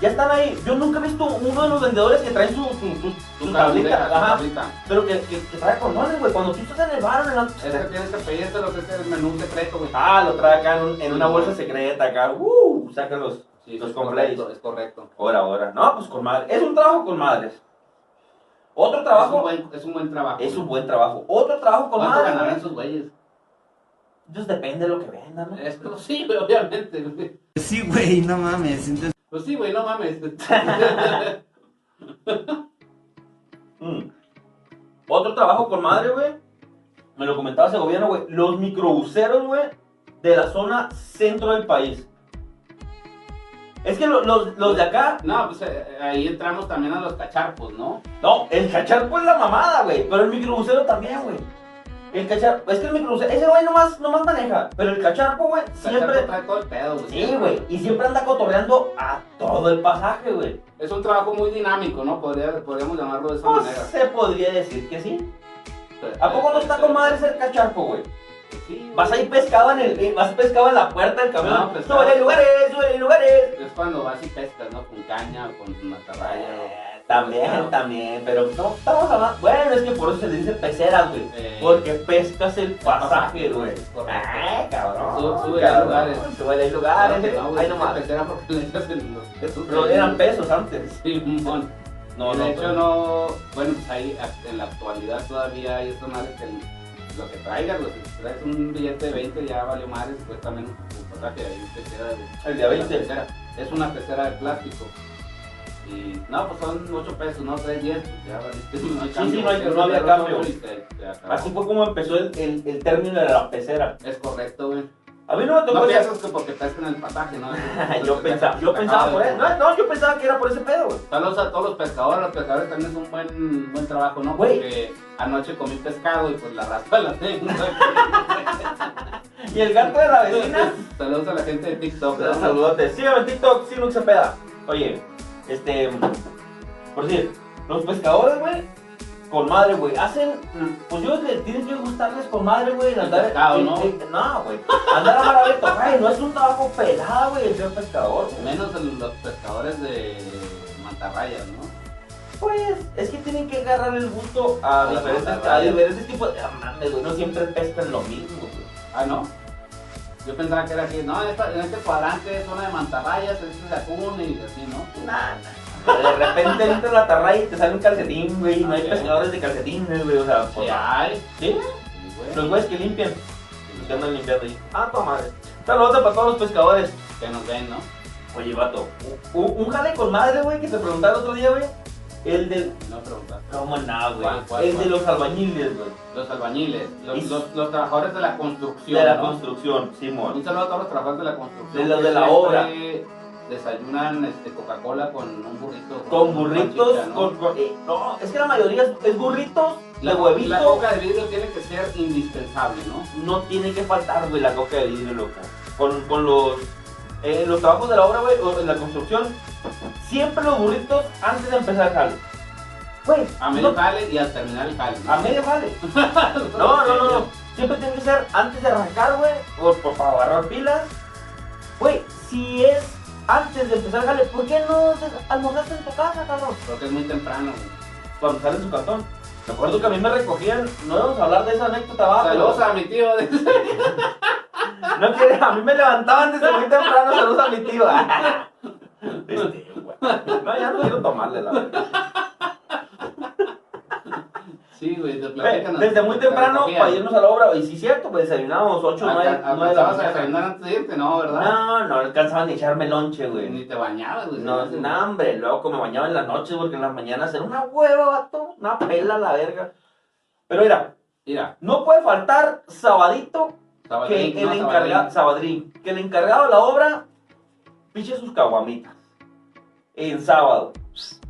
[SPEAKER 2] ya están ahí. Yo nunca he visto uno de los vendedores que traen su, su, su- su
[SPEAKER 3] Tu
[SPEAKER 2] tablita,
[SPEAKER 3] tablita, tu
[SPEAKER 2] ajá,
[SPEAKER 3] tablita.
[SPEAKER 2] pero que, que, que trae condones, güey. Cuando tú estás en el bar, en la-
[SPEAKER 3] Es que tienes que pedirte lo que es el menú secreto, güey.
[SPEAKER 2] Ah, lo trae acá en, un- en una bolsa secreta, acá, uh, sácalos.
[SPEAKER 3] Sí,
[SPEAKER 2] los
[SPEAKER 3] es
[SPEAKER 2] compréis.
[SPEAKER 3] correcto, Es correcto.
[SPEAKER 2] Ahora, ahora. No, pues con madres. Es un trabajo con madres. Otro
[SPEAKER 3] Es un
[SPEAKER 2] trabajo
[SPEAKER 3] buen, es un buen trabajo.
[SPEAKER 2] es un buen trabajo. Otro trabajo con
[SPEAKER 3] ¿Cuánto
[SPEAKER 2] madres.
[SPEAKER 3] ganarán
[SPEAKER 2] güey?
[SPEAKER 3] esos güeyes?
[SPEAKER 2] Pues depende de lo que vendan, ¿no?
[SPEAKER 3] Esto sí, güey, obviamente, güey.
[SPEAKER 4] Pues Sí, güey, no mames. Entonces,
[SPEAKER 3] Pues sí, güey, no mames.
[SPEAKER 2] Mm. Otro trabajo con madre, güey. Me lo comentaba ese gobierno, güey. Los microbuseros, güey, de la zona centro del país. Es que lo- los, los de acá,
[SPEAKER 3] No, pues eh, ahí entramos también a los cacharpos, ¿no?
[SPEAKER 2] no, el cacharpo es la mamada, güey. Pero el microbusero también, güey. El cacharpo, es que el microbusero, ese güey nomás, nomás maneja. Pero el cacharpo, güey,
[SPEAKER 3] Siempre
[SPEAKER 2] siempre.
[SPEAKER 3] trae todo el pedo, güey.
[SPEAKER 2] Sí, güey. Y siempre anda cotorreando a todo el pasaje, güey.
[SPEAKER 3] Es un trabajo muy dinámico, ¿no? Podría- podríamos llamarlo de esa
[SPEAKER 2] Pues
[SPEAKER 3] manera.
[SPEAKER 2] se podría decir que sí. ¿A poco no está con madre ser cacharpo, güey?
[SPEAKER 3] Sí, güey.
[SPEAKER 2] Vas ahí pescado en el, eh, vas pescado en la puerta del camión.
[SPEAKER 3] No, pescado.
[SPEAKER 2] súbele lugares, súbele lugares.
[SPEAKER 3] Es cuando vas y pescas, ¿no? Con caña o con matarraya.
[SPEAKER 2] Eh, También,
[SPEAKER 3] Pescado.
[SPEAKER 2] también, pero no estamos hablando. Bueno, es que por eso se le dice pecera, güey.
[SPEAKER 3] Eh.
[SPEAKER 2] Porque pescas el pasaje,
[SPEAKER 3] pasaje,
[SPEAKER 2] güey.
[SPEAKER 3] correcto.
[SPEAKER 2] Ah, cabrón.
[SPEAKER 3] Sube- sube
[SPEAKER 2] cabrón.
[SPEAKER 3] a lugares.
[SPEAKER 2] Súbele a lugares.
[SPEAKER 3] Claro que no, güey,
[SPEAKER 2] Ahí
[SPEAKER 3] es
[SPEAKER 2] nomás.
[SPEAKER 3] pecera porque le echas en los pesos.
[SPEAKER 2] Pero eran pesos antes.
[SPEAKER 3] Sí, mon.
[SPEAKER 2] No,
[SPEAKER 3] de
[SPEAKER 2] no.
[SPEAKER 3] hecho,
[SPEAKER 2] pero-
[SPEAKER 3] no. Bueno, pues ahí a- en la actualidad todavía hay estos madres que el- lo que traigas, lo que traes un billete de 20 ya valió madres, pues también un pasaje ahí pecera de.
[SPEAKER 2] El de 20.
[SPEAKER 3] una pecera. Es una pecera de plástico. Y no, pues son 8 pesos, no 3, 10. Pues ya valiste. No hay
[SPEAKER 2] Sí,
[SPEAKER 3] cambio.
[SPEAKER 2] sí, no hay-
[SPEAKER 3] Eso
[SPEAKER 2] no había
[SPEAKER 3] ya lo
[SPEAKER 2] cambio. Ah,
[SPEAKER 3] y te- te acabó.
[SPEAKER 2] Así fue como empezó el, el, el término de la pecera.
[SPEAKER 3] Es correcto, güey.
[SPEAKER 2] A mí no me tocó
[SPEAKER 3] No
[SPEAKER 2] esa-
[SPEAKER 3] piensas que porque pescan el pasaje, ¿no?
[SPEAKER 2] yo pensaba, yo pensaba por eso. No, no, yo pensaba que era por ese pedo, güey.
[SPEAKER 3] Saludos a todos los pescadores, los pescadores también es un buen, buen trabajo, ¿no?
[SPEAKER 2] Güey.
[SPEAKER 3] Porque anoche comí pescado y pues la raspa la tengo.
[SPEAKER 2] Y el gato de la vecina.
[SPEAKER 3] Saludos a la gente de TikTok. ¿no?
[SPEAKER 2] Saludotes. Sígueme en TikTok, Silux Cepeda. Oye, este. Por decir, los pescadores, güey, con madre, güey, hacen.
[SPEAKER 3] Mm,
[SPEAKER 2] Pues yo creo que tienes que gustarles con madre, güey, el andar.
[SPEAKER 3] pescado, ¿no?
[SPEAKER 2] el- el- no, güey. Andar a maraveto, güey, no es un trabajo pelado, güey, el ser pescador, güey.
[SPEAKER 3] Menos de los pescadores de mantarrayas, ¿no?
[SPEAKER 2] Pues es que tienen que agarrar el gusto a,
[SPEAKER 3] A la
[SPEAKER 2] diferentes,
[SPEAKER 3] raya.
[SPEAKER 2] a diferentes tipos. Ah, mames, güey, no siempre pescan lo mismo, güey.
[SPEAKER 3] Ah, ¿no? Yo pensaba que era así, no, en, esta- en este cuadrante es zona de mantarrayas, este es de atún y así, ¿no?
[SPEAKER 2] Nah, nah. De repente entra la tarraya y te sale un calcetín, güey. No hay
[SPEAKER 3] Ok.
[SPEAKER 2] pescadores de calcetines, güey. O sea,
[SPEAKER 3] Sí,
[SPEAKER 2] pues,
[SPEAKER 3] hay.
[SPEAKER 2] ¿sí?
[SPEAKER 3] Sí, güey.
[SPEAKER 2] Los güeyes que limpian, los que andan limpiando ahí. Ah, tu madre. Saludos para todos los pescadores.
[SPEAKER 3] Que nos ven, ¿no?
[SPEAKER 2] Oye, vato, u- u- un jale con madre, güey, que te preguntaba el otro día, güey. El del.
[SPEAKER 3] No preguntas.
[SPEAKER 2] ¿Cómo nada, güey?
[SPEAKER 3] ¿Cuál, cuál,
[SPEAKER 2] el de
[SPEAKER 3] cuál?
[SPEAKER 2] los albañiles, güey.
[SPEAKER 3] Los albañiles, los,
[SPEAKER 2] Y-
[SPEAKER 3] los, los trabajadores de la construcción.
[SPEAKER 2] De la
[SPEAKER 3] ¿no?
[SPEAKER 2] construcción, Simón.
[SPEAKER 3] Un saludo a todos los trabajadores de la construcción.
[SPEAKER 2] De los
[SPEAKER 3] que
[SPEAKER 2] de la
[SPEAKER 3] siempre
[SPEAKER 2] obra.
[SPEAKER 3] Desayunan este, Coca-Cola con un burrito.
[SPEAKER 2] Con
[SPEAKER 3] una
[SPEAKER 2] burritos,
[SPEAKER 3] panchita, ¿no?
[SPEAKER 2] con. con- eh, no, es que la mayoría es, es burritos,
[SPEAKER 3] La,
[SPEAKER 2] de huevito.
[SPEAKER 3] la coca de vidrio tiene que ser indispensable, ¿no?
[SPEAKER 2] no tiene que faltar, güey, la coca de vidrio, loco. Con, con los, eh, los trabajos de la obra, güey, o en la construcción, siempre los burritos antes de empezar el jale. Güey,
[SPEAKER 3] A medio
[SPEAKER 2] no-
[SPEAKER 3] jale y al terminar el jale. ¿no?
[SPEAKER 2] a medio jale. No, no, no, no. Siempre tiene que ser antes de arrancar, güey, o por para agarrar pilas. Güey, si es antes de empezar el jale, ¿por qué no te- almorzaste en tu casa, cabrón?
[SPEAKER 3] Porque es muy temprano. güey.
[SPEAKER 2] Cuando sale en su cartón. Me acuerdo que a mí me recogían, no vamos a hablar de esa anécdota, va, Ah, pero-
[SPEAKER 3] Saludos a mi tío. de-
[SPEAKER 2] No quiere, a mí me levantaban desde muy temprano, saludos a mi tío. Este, güey. no, ya no quiero tomarle la verdad.
[SPEAKER 3] Sí, güey, te
[SPEAKER 2] Ve,
[SPEAKER 3] platican.
[SPEAKER 2] Desde muy temprano para irnos a la obra, y sí cierto, pues desayunábamos 8 o 9, de la
[SPEAKER 3] Alcanzabas a
[SPEAKER 2] mañana.
[SPEAKER 3] desayunar antes de irte, ¿no? ¿Verdad?
[SPEAKER 2] No, no alcanzaba ni echarme lonche, güey.
[SPEAKER 3] Ni te bañabas, güey.
[SPEAKER 2] No,
[SPEAKER 3] Sí,
[SPEAKER 2] no, hombre, loco, me bañaba en las noches porque en las mañanas era una hueva, vato, una pela a la verga. Pero mira,
[SPEAKER 3] Mira,
[SPEAKER 2] no puede faltar sabadito
[SPEAKER 3] Sabadell,
[SPEAKER 2] que
[SPEAKER 3] ¿no?
[SPEAKER 2] el
[SPEAKER 3] Sabadell.
[SPEAKER 2] encargado, Sabadrín, que el encargado de la obra piche sus caguamitas. En sábado.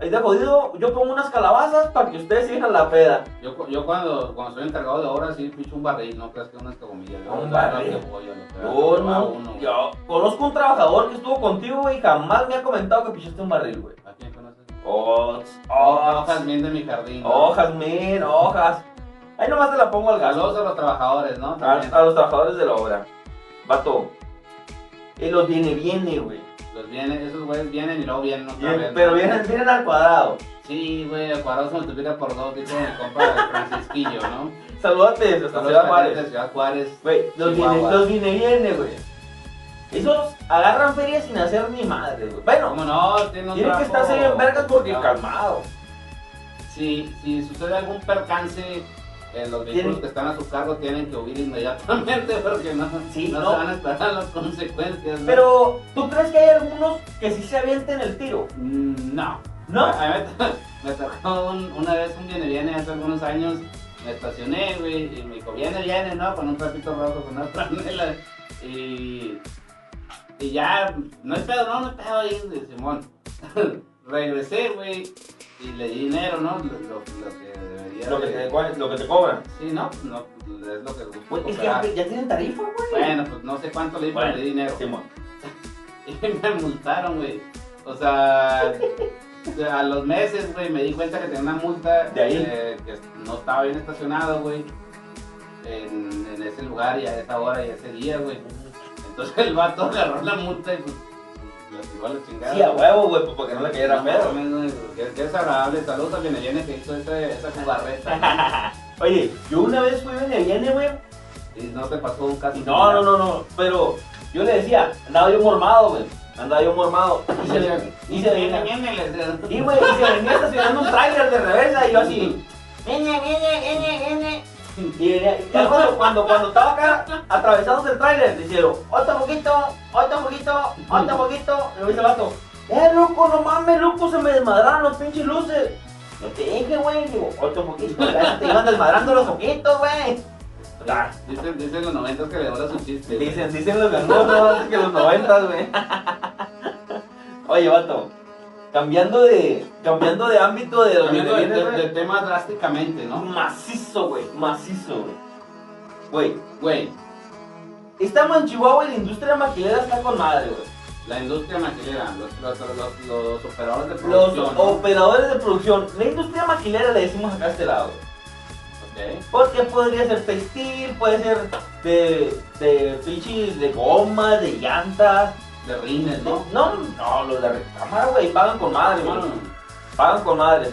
[SPEAKER 2] Ahí de jodido, yo pongo unas calabazas para que ustedes sigan la peda.
[SPEAKER 3] Yo, cu- yo cuando, cuando soy encargado de obra, sí picho un barril, no creas que unas cagomillas. Yo
[SPEAKER 2] Un
[SPEAKER 3] la verdad
[SPEAKER 2] barril.
[SPEAKER 3] que voy a lo que
[SPEAKER 2] Yo
[SPEAKER 3] va
[SPEAKER 2] no,
[SPEAKER 3] uno, güey.
[SPEAKER 2] yo conozco un trabajador que estuvo contigo, güey, y jamás me ha comentado que pichaste un barril, güey.
[SPEAKER 3] ¿A quién conoces?
[SPEAKER 2] Ox,
[SPEAKER 3] Oh,
[SPEAKER 2] ox,
[SPEAKER 3] también de mi jardín. ¿no?
[SPEAKER 2] hojas, men, hojas. Ahí nomás te la pongo al galón.
[SPEAKER 3] Saludos a los trabajadores, ¿no?
[SPEAKER 2] A,
[SPEAKER 3] También.
[SPEAKER 2] a los trabajadores de la obra. Vato. Y los viene, viene, güey.
[SPEAKER 3] Los vienen, Pues esos güeyes vienen y luego vienen otra vez.
[SPEAKER 2] Bien,
[SPEAKER 3] ¿no?
[SPEAKER 2] Pero vienen, vienen al cuadrado.
[SPEAKER 3] Sí, güey, el cuadrado se multiplica por dos, dijo mi compa Francisquillo, ¿no?
[SPEAKER 2] Saludate,
[SPEAKER 3] Saludos
[SPEAKER 2] hasta
[SPEAKER 3] a la
[SPEAKER 2] Ciudad
[SPEAKER 3] gente
[SPEAKER 2] Juárez.
[SPEAKER 3] de Ciudad Juárez.
[SPEAKER 2] Güey, los viene,
[SPEAKER 3] Chihuahua.
[SPEAKER 2] los viene, viene, güey. Esos agarran ferias sin hacer ni madre, güey. Bueno,
[SPEAKER 3] ¿Cómo no? Tienen un
[SPEAKER 2] tienen que
[SPEAKER 3] trabajo
[SPEAKER 2] estarse bien vergas porque
[SPEAKER 3] complicado.
[SPEAKER 2] calmado.
[SPEAKER 3] Si, si sucede algún percance eh, los vehículos que están a su cargo tienen que huir inmediatamente porque no,
[SPEAKER 2] Sí,
[SPEAKER 3] no,
[SPEAKER 2] no.
[SPEAKER 3] se van a esperar las consecuencias. ¿no?
[SPEAKER 2] Pero, ¿tú crees que hay algunos que sí se avienten el tiro?
[SPEAKER 3] Mm, No.
[SPEAKER 2] ¿No?
[SPEAKER 3] A mí me, to- me tocó un- una vez un viene viene hace algunos años, me estacioné, güey, y me dijo, viene viene, ¿no? Con un trapito rojo, con una franela. Y, y ya, no es pedo, no, no es pedo ahí, de Simón. Regresé, güey, y le di dinero, ¿no? Lo, lo- lo que debería.
[SPEAKER 2] Lo que
[SPEAKER 3] de-
[SPEAKER 2] te, cuál es- lo que te cobran.
[SPEAKER 3] Sí, no, pues, no, es lo que busco.
[SPEAKER 2] Güey, es que ya,
[SPEAKER 3] cobrar.
[SPEAKER 2] ya tienen tarifa, güey.
[SPEAKER 3] Bueno, pues no sé cuánto le di, pero
[SPEAKER 2] Bueno,
[SPEAKER 3] le di dinero.
[SPEAKER 2] Simón.
[SPEAKER 3] Y me multaron, güey. O sea, a los meses, güey, me di cuenta que tenía una multa
[SPEAKER 2] ¿De ahí?
[SPEAKER 3] eh, que no estaba bien estacionado, güey. En, en ese lugar y a esa hora y ese día, güey. Entonces el vato agarró la multa y pues la tiró a la chingada.
[SPEAKER 2] Sí, a huevo, güey, pues porque no le cayera
[SPEAKER 3] No,
[SPEAKER 2] pedo.
[SPEAKER 3] mames, güey, Qué qué desagradable. Saludos a quien viene que hizo ese- esa jugarreta.
[SPEAKER 2] Oye, yo una vez fui a viene, güey.
[SPEAKER 3] y no te pasó un caso.
[SPEAKER 2] Y no, no, no, no. Pero yo le decía, andaba yo mormado, güey. Andaba yo mormado. Y se le, y se
[SPEAKER 3] viene,
[SPEAKER 2] le,
[SPEAKER 3] viene, les-
[SPEAKER 2] y, güey, y se venía estacionando un trailer de reversa y yo así. "Viene, viene, viene, viene". Y venía, y ya cuando, cuando, cuando estaba acá atravesados el tráiler, le hicieron, otro poquito, otro poquito, otro poquito. Y me dice el vato, eh, loco, no mames, loco, se me desmadraron los pinches luces. No te dije, güey, digo, otro poquito, ya se te iban desmadrando los poquitos, güey. Ah.
[SPEAKER 3] Dicen, dicen los 90 que le dura su chiste. güey.
[SPEAKER 2] Dicen, dicen los ganadores que los 90, güey. Oye, vato, cambiando de, cambiando de ámbito de donde
[SPEAKER 3] Cambiando de,
[SPEAKER 2] vienes,
[SPEAKER 3] de- de
[SPEAKER 2] güey.
[SPEAKER 3] tema drásticamente, ¿no?
[SPEAKER 2] Macizo, güey, macizo, güey. Güey,
[SPEAKER 3] Güey,
[SPEAKER 2] estamos en Chihuahua y la industria maquilera está con madre, güey.
[SPEAKER 3] la industria maquilera, los, los, los, los operadores de
[SPEAKER 2] Los
[SPEAKER 3] producción. ¿no?
[SPEAKER 2] operadores de producción, la industria maquilera le decimos acá a este lado, güey.
[SPEAKER 3] Ok.
[SPEAKER 2] Porque podría ser textil, puede ser de, de pinches, de gomas, de llantas.
[SPEAKER 3] De rines, ¿no?
[SPEAKER 2] No, no, los de recámara, güey, pagan con madre, güey.
[SPEAKER 3] Bueno,
[SPEAKER 2] pagan con madres.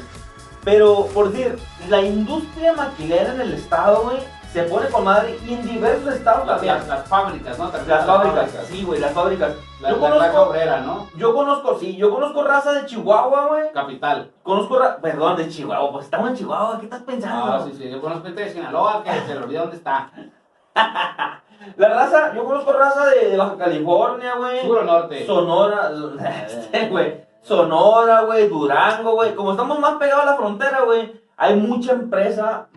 [SPEAKER 2] Pero, por decir, la industria maquilera en el estado, güey, se pone con madre y en diversos estados
[SPEAKER 3] las,
[SPEAKER 2] también.
[SPEAKER 3] las- las fábricas, ¿no? También
[SPEAKER 2] Las fábricas, sí, güey, las fábricas.
[SPEAKER 3] La,
[SPEAKER 2] yo,
[SPEAKER 3] la clase
[SPEAKER 2] conozco,
[SPEAKER 3] obrera, ¿no?
[SPEAKER 2] yo conozco, sí, yo conozco raza de Chihuahua, güey.
[SPEAKER 3] Capital.
[SPEAKER 2] Conozco raza, perdón, de Chihuahua, pues estamos en Chihuahua, ¿qué estás pensando?
[SPEAKER 3] Ah, sí, sí. Yo conozco gente de Sinaloa que se le olvida dónde está.
[SPEAKER 2] La raza, yo conozco raza de, de Baja California, güey.
[SPEAKER 3] Sur o norte.
[SPEAKER 2] Sonora, este, güey. Sonora, güey, Durango, güey. Como estamos más pegados a la frontera, güey, hay mucha empresa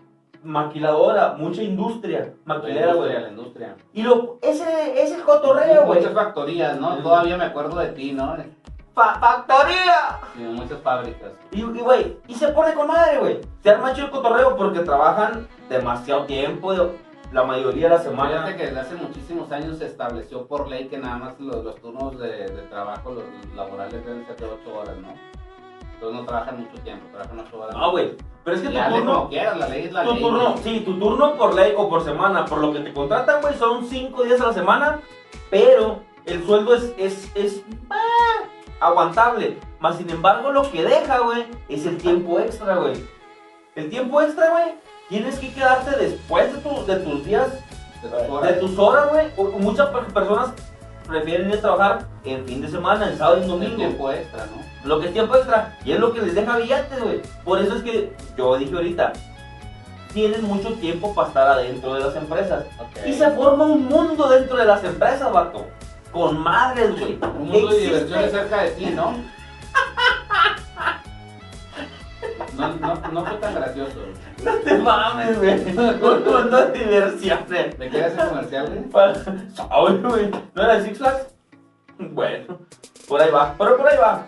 [SPEAKER 2] maquiladora, mucha industria
[SPEAKER 3] la
[SPEAKER 2] maquilera,
[SPEAKER 3] industria,
[SPEAKER 2] güey.
[SPEAKER 3] la industria.
[SPEAKER 2] Y lo, ese es el cotorreo, güey.
[SPEAKER 3] Muchas factorías, ¿no?
[SPEAKER 2] Sí.
[SPEAKER 3] Todavía me acuerdo de ti, ¿no?
[SPEAKER 2] Fa- factoría.
[SPEAKER 3] Sí, muchas fábricas.
[SPEAKER 2] Y, y, güey, y se pone con madre, güey. Se arma chido el cotorreo porque trabajan demasiado tiempo, de- la mayoría de la
[SPEAKER 3] Imagínate
[SPEAKER 2] semana.
[SPEAKER 3] que desde hace muchísimos años se estableció por ley que nada más los, los turnos de, de trabajo, los laborales deben ser de 8 horas, ¿no? Entonces no trabajan mucho tiempo, trabajan 8 horas.
[SPEAKER 2] No, Ah, güey. Pero es que tu
[SPEAKER 3] Ya hazle
[SPEAKER 2] turno,
[SPEAKER 3] como quieras, la ley es la
[SPEAKER 2] Tu
[SPEAKER 3] ley.
[SPEAKER 2] turno,
[SPEAKER 3] güey.
[SPEAKER 2] sí, tu turno por ley o por semana, por lo que te contratan, güey, son 5 días a la semana, pero el sueldo es, es, es ah, aguantable. Más sin embargo, lo que deja, güey, es el tiempo extra, güey. El tiempo extra, güey, tienes que quedarte después de, tu- de tus días,
[SPEAKER 3] De tus
[SPEAKER 2] de
[SPEAKER 3] horas.
[SPEAKER 2] tus horas, güey. O- Muchas per- personas prefieren ir a trabajar en fin de semana, en sábado y en
[SPEAKER 3] El
[SPEAKER 2] domingo.
[SPEAKER 3] tiempo extra, ¿no?
[SPEAKER 2] Lo que es tiempo extra. Y es lo que les deja billetes, güey. Por eso es que yo dije ahorita, tienen mucho tiempo para estar adentro de las empresas.
[SPEAKER 3] Eh.
[SPEAKER 2] Y se forma un mundo dentro de las empresas, vato. Con madres, güey.
[SPEAKER 3] Un mundo de
[SPEAKER 2] Existe-
[SPEAKER 3] diversiones cerca de ti, ¿no? No, no, no fue tan gracioso.
[SPEAKER 2] No te mames, güey. Un mundo de diversiones.
[SPEAKER 3] ¿Me quieres el comercial, güey?
[SPEAKER 2] Para- Ay, güey. ¿No era de Six Flags? Bueno, por ahí va. Pero por ahí va.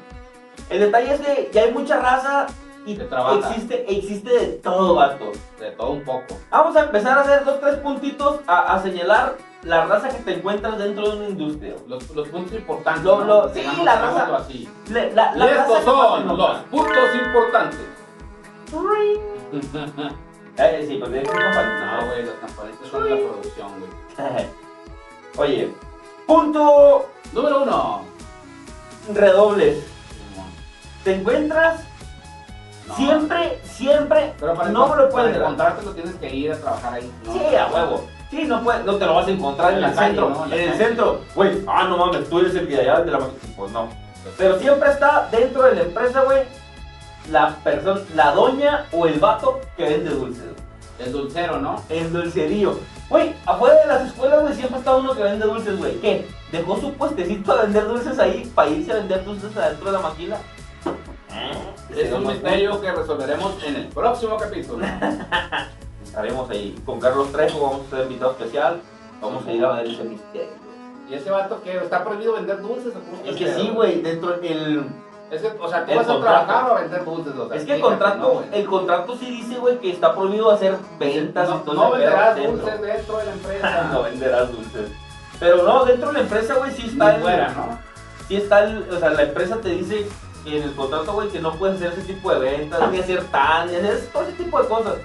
[SPEAKER 2] El detalle es que ya hay mucha raza y
[SPEAKER 3] Que trabaja.
[SPEAKER 2] existe, existe de todo, vato.
[SPEAKER 3] De todo un poco.
[SPEAKER 2] Vamos a empezar a hacer dos, tres puntitos a, a señalar la raza que te encuentras dentro de una industria.
[SPEAKER 3] Los, los puntos importantes.
[SPEAKER 2] Lo- lo-
[SPEAKER 3] ¿no?
[SPEAKER 2] sí,
[SPEAKER 3] Digamos,
[SPEAKER 2] la
[SPEAKER 3] digámoslo
[SPEAKER 2] raza.
[SPEAKER 3] así.
[SPEAKER 2] Le- la- la
[SPEAKER 3] y
[SPEAKER 2] raza
[SPEAKER 3] estos
[SPEAKER 2] que más se
[SPEAKER 3] son
[SPEAKER 2] nombra.
[SPEAKER 3] los puntos importantes.
[SPEAKER 2] Ring. Eh, sí, porque es una
[SPEAKER 3] No,
[SPEAKER 2] campanita.
[SPEAKER 3] güey, las campanitas son la producción, güey.
[SPEAKER 2] Oye, punto
[SPEAKER 3] Número uno.
[SPEAKER 2] redoble. Te encuentras
[SPEAKER 3] No.
[SPEAKER 2] siempre, siempre.
[SPEAKER 3] Pero para,
[SPEAKER 2] no me lo
[SPEAKER 3] para
[SPEAKER 2] puedes dar.
[SPEAKER 3] encontrarte lo tienes que ir a trabajar ahí. ¿no?
[SPEAKER 2] Sí, a huevo. Sí, no, puedes, no te lo vas a encontrar en
[SPEAKER 3] En la
[SPEAKER 2] el
[SPEAKER 3] calle,
[SPEAKER 2] centro.
[SPEAKER 3] ¿no? En la
[SPEAKER 2] En el
[SPEAKER 3] calle.
[SPEAKER 2] centro. Güey, ah, no mames, tú eres el que de allá de la máquina. Pues no. Pero siempre está dentro de la empresa, güey, la persona, la doña o el vato que vende dulces. güey.
[SPEAKER 3] El dulcero, ¿no?
[SPEAKER 2] El dulcerío. Güey, afuera de las escuelas, güey, siempre está uno que vende dulces, güey. ¿Qué? ¿Dejó su puestecito a vender dulces ahí para irse a vender dulces adentro de la maquila?
[SPEAKER 3] ¿Eh? Es un misterio que resolveremos en el próximo capítulo.
[SPEAKER 2] Estaremos ahí con Carlos Trejo, vamos a ser invitado especial. Vamos a ir a ver ese misterio.
[SPEAKER 3] ¿Y ese vato que ¿Está prohibido vender dulces o cómo
[SPEAKER 2] Es que
[SPEAKER 3] está?
[SPEAKER 2] sí, güey, dentro el...
[SPEAKER 3] Es que, o sea, tú
[SPEAKER 2] El
[SPEAKER 3] vas a
[SPEAKER 2] contrato.
[SPEAKER 3] trabajar o a vender dulces. O sea,
[SPEAKER 2] Es que el
[SPEAKER 3] fíjate, ¿no,
[SPEAKER 2] contrato,
[SPEAKER 3] güey?
[SPEAKER 2] el contrato sí dice, güey, que está prohibido hacer ventas y
[SPEAKER 3] No,
[SPEAKER 2] todo
[SPEAKER 3] no
[SPEAKER 2] ese pedo
[SPEAKER 3] venderás
[SPEAKER 2] dentro.
[SPEAKER 3] dulces dentro de la empresa.
[SPEAKER 2] no venderás dulces. Pero no, dentro de la empresa, güey, sí está
[SPEAKER 3] Ni
[SPEAKER 2] el-
[SPEAKER 3] fuera, ¿no?
[SPEAKER 2] sí está el, o sea, la empresa te dice que en el contrato, güey, que no puedes hacer ese tipo de ventas, ni hacer tan, ni hacer todo ese tipo de cosas.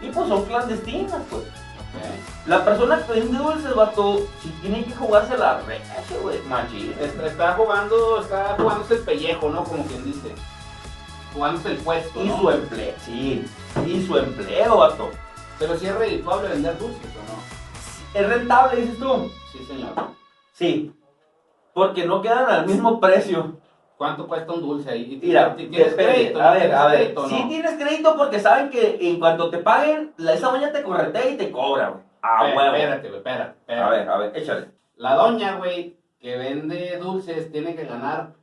[SPEAKER 2] Y pues son clandestinas, pues.
[SPEAKER 3] Ok.
[SPEAKER 2] La persona que vende dulces, vato, si tiene que jugarse la recha, güey, machín.
[SPEAKER 3] Está, está jugando, está jugándose el pellejo, ¿no? Como quien dice. Jugándose el puesto.
[SPEAKER 2] Y
[SPEAKER 3] ¿no?
[SPEAKER 2] su empleo, sí, y su empleo, vato.
[SPEAKER 3] Pero si es redituable vender dulces o no.
[SPEAKER 2] ¿Es rentable, dices tú?
[SPEAKER 3] Sí, señor.
[SPEAKER 2] Sí. Porque no quedan al mismo precio.
[SPEAKER 3] ¿Cuánto cuesta un dulce ahí? Y
[SPEAKER 2] Mira,
[SPEAKER 3] ti- tienes
[SPEAKER 2] depende.
[SPEAKER 3] crédito.
[SPEAKER 2] a
[SPEAKER 3] ¿no?
[SPEAKER 2] ver,
[SPEAKER 3] ¿Tienes
[SPEAKER 2] a ver.
[SPEAKER 3] crédito o
[SPEAKER 2] Sí
[SPEAKER 3] no?
[SPEAKER 2] tienes crédito porque saben que en cuanto te paguen, la, esa mañana te corretea y te cobra, güey. A
[SPEAKER 3] Espera,
[SPEAKER 2] huevo.
[SPEAKER 3] Espérate, güey, espérate, espérate.
[SPEAKER 2] A ver, a ver, échale.
[SPEAKER 3] La doña, güey, que vende dulces, tiene que ganar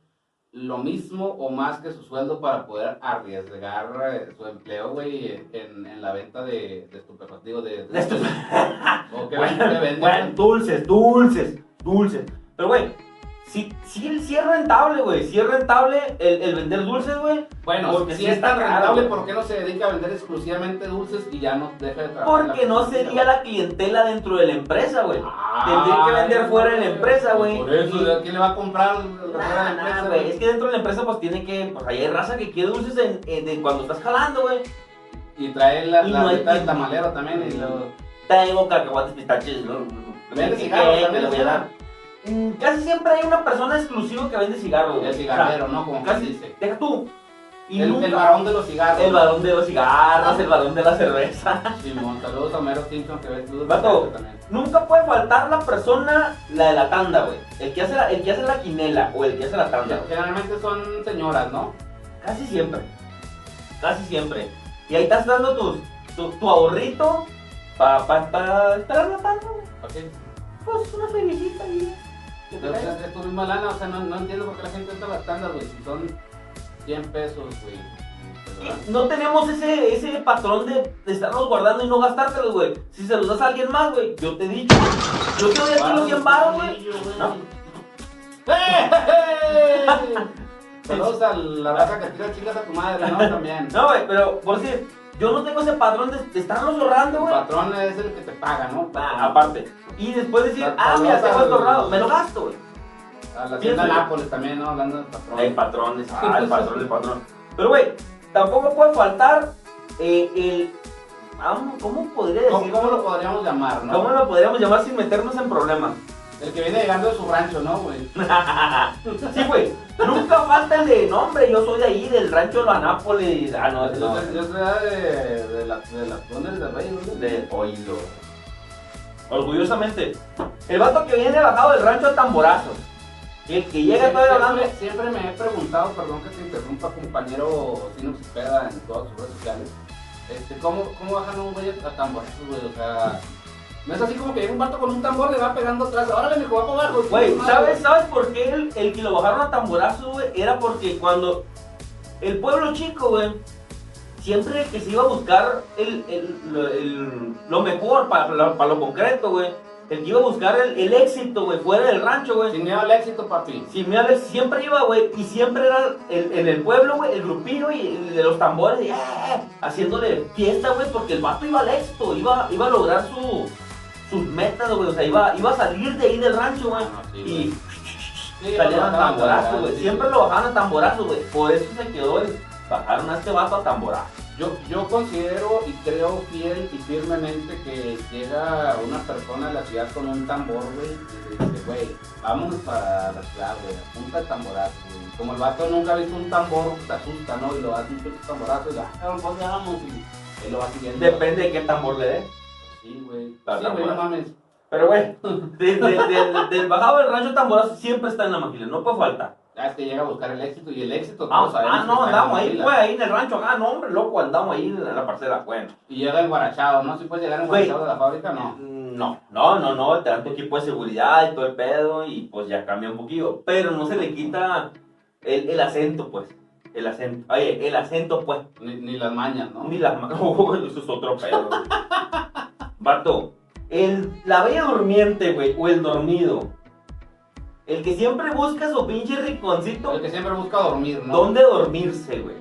[SPEAKER 3] lo mismo o más que su sueldo para poder arriesgar eh, su empleo, güey, en, en la venta de, de estupefacientes,
[SPEAKER 2] De
[SPEAKER 3] De,
[SPEAKER 2] estu-
[SPEAKER 3] O que
[SPEAKER 2] Bueno,
[SPEAKER 3] vende, vende-
[SPEAKER 2] bueno, dulces, dulces, dulces. Pero, güey, sí, sí, sí es rentable, güey. Sí es rentable el, el vender dulces, güey.
[SPEAKER 3] Bueno,
[SPEAKER 2] porque
[SPEAKER 3] si
[SPEAKER 2] sí
[SPEAKER 3] es tan
[SPEAKER 2] está caro,
[SPEAKER 3] rentable,
[SPEAKER 2] güey.
[SPEAKER 3] ¿por qué no se dedica a vender exclusivamente dulces y ya no deja de trabajar? en la
[SPEAKER 2] Porque no
[SPEAKER 3] cafetería,
[SPEAKER 2] sería la clientela dentro de la empresa, güey.
[SPEAKER 3] güey?
[SPEAKER 2] Tendría que vender
[SPEAKER 3] Ay,
[SPEAKER 2] fuera de la empresa, güey.
[SPEAKER 3] Ah, Por eso,
[SPEAKER 2] Y-
[SPEAKER 3] ¿de ¿quién le va a comprar fuera de la
[SPEAKER 2] Nah, nah,
[SPEAKER 3] empresa,
[SPEAKER 2] güey. Es que dentro de la empresa, pues tiene que. Pues ahí hay raza que quiere dulces en, en- en cuando estás jalando, güey.
[SPEAKER 3] Y traer la,
[SPEAKER 2] Y
[SPEAKER 3] la
[SPEAKER 2] no hay
[SPEAKER 3] venta del
[SPEAKER 2] que-
[SPEAKER 3] tamalero también. Y lo...
[SPEAKER 2] Tengo cacahuates, pistaches, ¿no?
[SPEAKER 3] Vende
[SPEAKER 2] ¿Qué-
[SPEAKER 3] cigarros
[SPEAKER 2] qué? Te
[SPEAKER 3] también,
[SPEAKER 2] lo voy a dar. Mm, Casi siempre hay una persona exclusiva que vende cigarros, güey.
[SPEAKER 3] El cigarrero, ¿no? Como
[SPEAKER 2] Casi,
[SPEAKER 3] casi dice.
[SPEAKER 2] deja tú. Y
[SPEAKER 3] El,
[SPEAKER 2] nunca-
[SPEAKER 3] el varón de los cigarros.
[SPEAKER 2] El varón de los cigarros, el varón de la cerveza.
[SPEAKER 3] Simón, saludos a Mero Simpson que ves tú.
[SPEAKER 2] Vato.
[SPEAKER 3] Este también.
[SPEAKER 2] Nunca puede faltar la persona, la de la tanda, güey. El que hace la, el que hace la quinela o el que hace la tanda, güey.
[SPEAKER 3] Generalmente son señoras, ¿no?
[SPEAKER 2] Casi siempre. Casi siempre. Y ahí estás dando tus, tu, tu ahorrito para pa, pa esperar la tanda, güey.
[SPEAKER 3] Ok.
[SPEAKER 2] Pues una feriecita ahí. que te
[SPEAKER 3] Pero
[SPEAKER 2] caiga.
[SPEAKER 3] es, es tu misma lana, o sea, no, no entiendo por qué la gente entra a las tandas, güey. Si son 100 pesos, güey. ¿verdad?
[SPEAKER 2] Y No tenemos ese, ese patrón de, de estarnos guardando y no gastártelos, güey. Si se los das a alguien más, güey, yo te he dicho. Yo te doy a ti los 100 baros, güey. No.
[SPEAKER 3] ¡Eh! Saludos a la raza que tira chingas a tu madre, ¿no? También.
[SPEAKER 2] No, güey, pero por decir, yo no tengo ese patrón de, de estarlos ahorrando,
[SPEAKER 3] Tu
[SPEAKER 2] güey.
[SPEAKER 3] patrón es el que te paga, ¿no?
[SPEAKER 2] Ah, aparte. Y después decir,
[SPEAKER 3] Pa-
[SPEAKER 2] ah, mira,
[SPEAKER 3] palotas,
[SPEAKER 2] tengo esto
[SPEAKER 3] güey.
[SPEAKER 2] ahorrado, me lo gasto, güey.
[SPEAKER 3] A la tienda
[SPEAKER 2] Piensa-
[SPEAKER 3] Nápoles también, ¿no? Hablando del patrón.
[SPEAKER 2] Hay patrones, ah, el patrón, el patrón. Pero, güey, tampoco puede faltar eh, el. am- ¿Cómo podría
[SPEAKER 3] ¿Cómo,
[SPEAKER 2] decir?
[SPEAKER 3] cómo lo podríamos llamar, no?
[SPEAKER 2] ¿Cómo lo podríamos llamar sin meternos en problemas?
[SPEAKER 3] El que viene llegando de su rancho, ¿no, güey?
[SPEAKER 2] Sí, güey. Nunca falta el de nombre, yo soy de ahí, del rancho de la Nápoles. Ah, no, ese no.
[SPEAKER 3] Yo soy- yo soy de, de, la, de las túneles del rey, ¿no?
[SPEAKER 2] De oído. Orgullosamente. El vato que viene bajado del rancho a tamborazo. El que llega todavía hablando.
[SPEAKER 3] siempre, siempre me he preguntado, perdón que te interrumpa, compañero Sino Cepeda en todas sus redes sociales, este, ¿cómo, ¿cómo bajan un güey a tamborazos, güey? O sea, no es así como que llega un vato con un tambor, le va pegando atrás, órale, me va a jugar, güey.
[SPEAKER 2] Güey,
[SPEAKER 3] Madre,
[SPEAKER 2] ¿sabes, ¿sabes por qué el, el que lo bajaron a tamborazo, güey? Era porque cuando el pueblo chico, güey, siempre el que se iba a buscar el, el- lo- el- lo mejor para lo concreto, güey, el que iba a buscar el, el éxito, güey, fuera del rancho, güey.
[SPEAKER 3] Sin miedo al éxito, papi.
[SPEAKER 2] Si me hables, siempre iba, güey, y siempre era el- en el pueblo, güey, el grupino y el de los tambores, y, ¡ah! haciéndole fiesta, güey, porque el vato iba al éxito, iba, iba a lograr su, sus metas, güey, o sea, iba, iba a salir de ahí del rancho, güey.
[SPEAKER 3] Ah, sí, güey.
[SPEAKER 2] y
[SPEAKER 3] Sí,
[SPEAKER 2] salieron a
[SPEAKER 3] bajaban a
[SPEAKER 2] tamborazo,
[SPEAKER 3] tamborazo,
[SPEAKER 2] güey.
[SPEAKER 3] sí,
[SPEAKER 2] Siempre
[SPEAKER 3] sí.
[SPEAKER 2] lo bajaban a tamborazo, güey. Por eso se quedó el. Bajaron a este vato a tamborazo.
[SPEAKER 3] Yo, yo considero y creo fiel y firmemente que llega una persona a la ciudad con un tambor, güey, y le dice, güey, vamos para la ciudad, güey, apunta el tamborazo, güey. Como el vato nunca ha visto un tambor, te asusta, ¿no? Y lo hace un pinche tamborazo y lo, ah, cabrón, pues vamos, y él lo va siguiendo.
[SPEAKER 2] Depende de qué tambor le dé.
[SPEAKER 3] Sí, güey. Sí,
[SPEAKER 2] La
[SPEAKER 3] güey, no
[SPEAKER 2] tamborazo.
[SPEAKER 3] mames.
[SPEAKER 2] Pero, güey, de- de- de- del bajado del rancho tamborazo siempre está en la maquila, no puede faltar.
[SPEAKER 3] Ah, es que llega a buscar el éxito y el éxito.
[SPEAKER 2] Ah,
[SPEAKER 3] todos sabemos
[SPEAKER 2] ah,
[SPEAKER 3] que
[SPEAKER 2] no,
[SPEAKER 3] está en
[SPEAKER 2] andamos
[SPEAKER 3] la
[SPEAKER 2] ahí,
[SPEAKER 3] fila.
[SPEAKER 2] güey, ahí en el rancho. Ah, no, hombre, loco, andamos ahí en la parcela. Bueno.
[SPEAKER 3] Y llega el guarachado, ¿no? Si puedes llegar el
[SPEAKER 2] Güey. Eh,
[SPEAKER 3] guarachado de la fábrica, no.
[SPEAKER 2] No, no, no, no, te dan tu equipo de seguridad y todo el pedo y pues ya cambia un poquillo, pero no se le quita el, el acento, pues, el acento, oye, el acento, pues,
[SPEAKER 3] Ni, ni las mañas, ¿no?
[SPEAKER 2] ni las manos, eso es otro pedo, güey. Vato, el, la bella durmiente, güey, o el dormido, el que siempre busca su pinche rinconcito,
[SPEAKER 3] El que siempre busca dormir, ¿no?
[SPEAKER 2] ¿dónde dormirse, güey?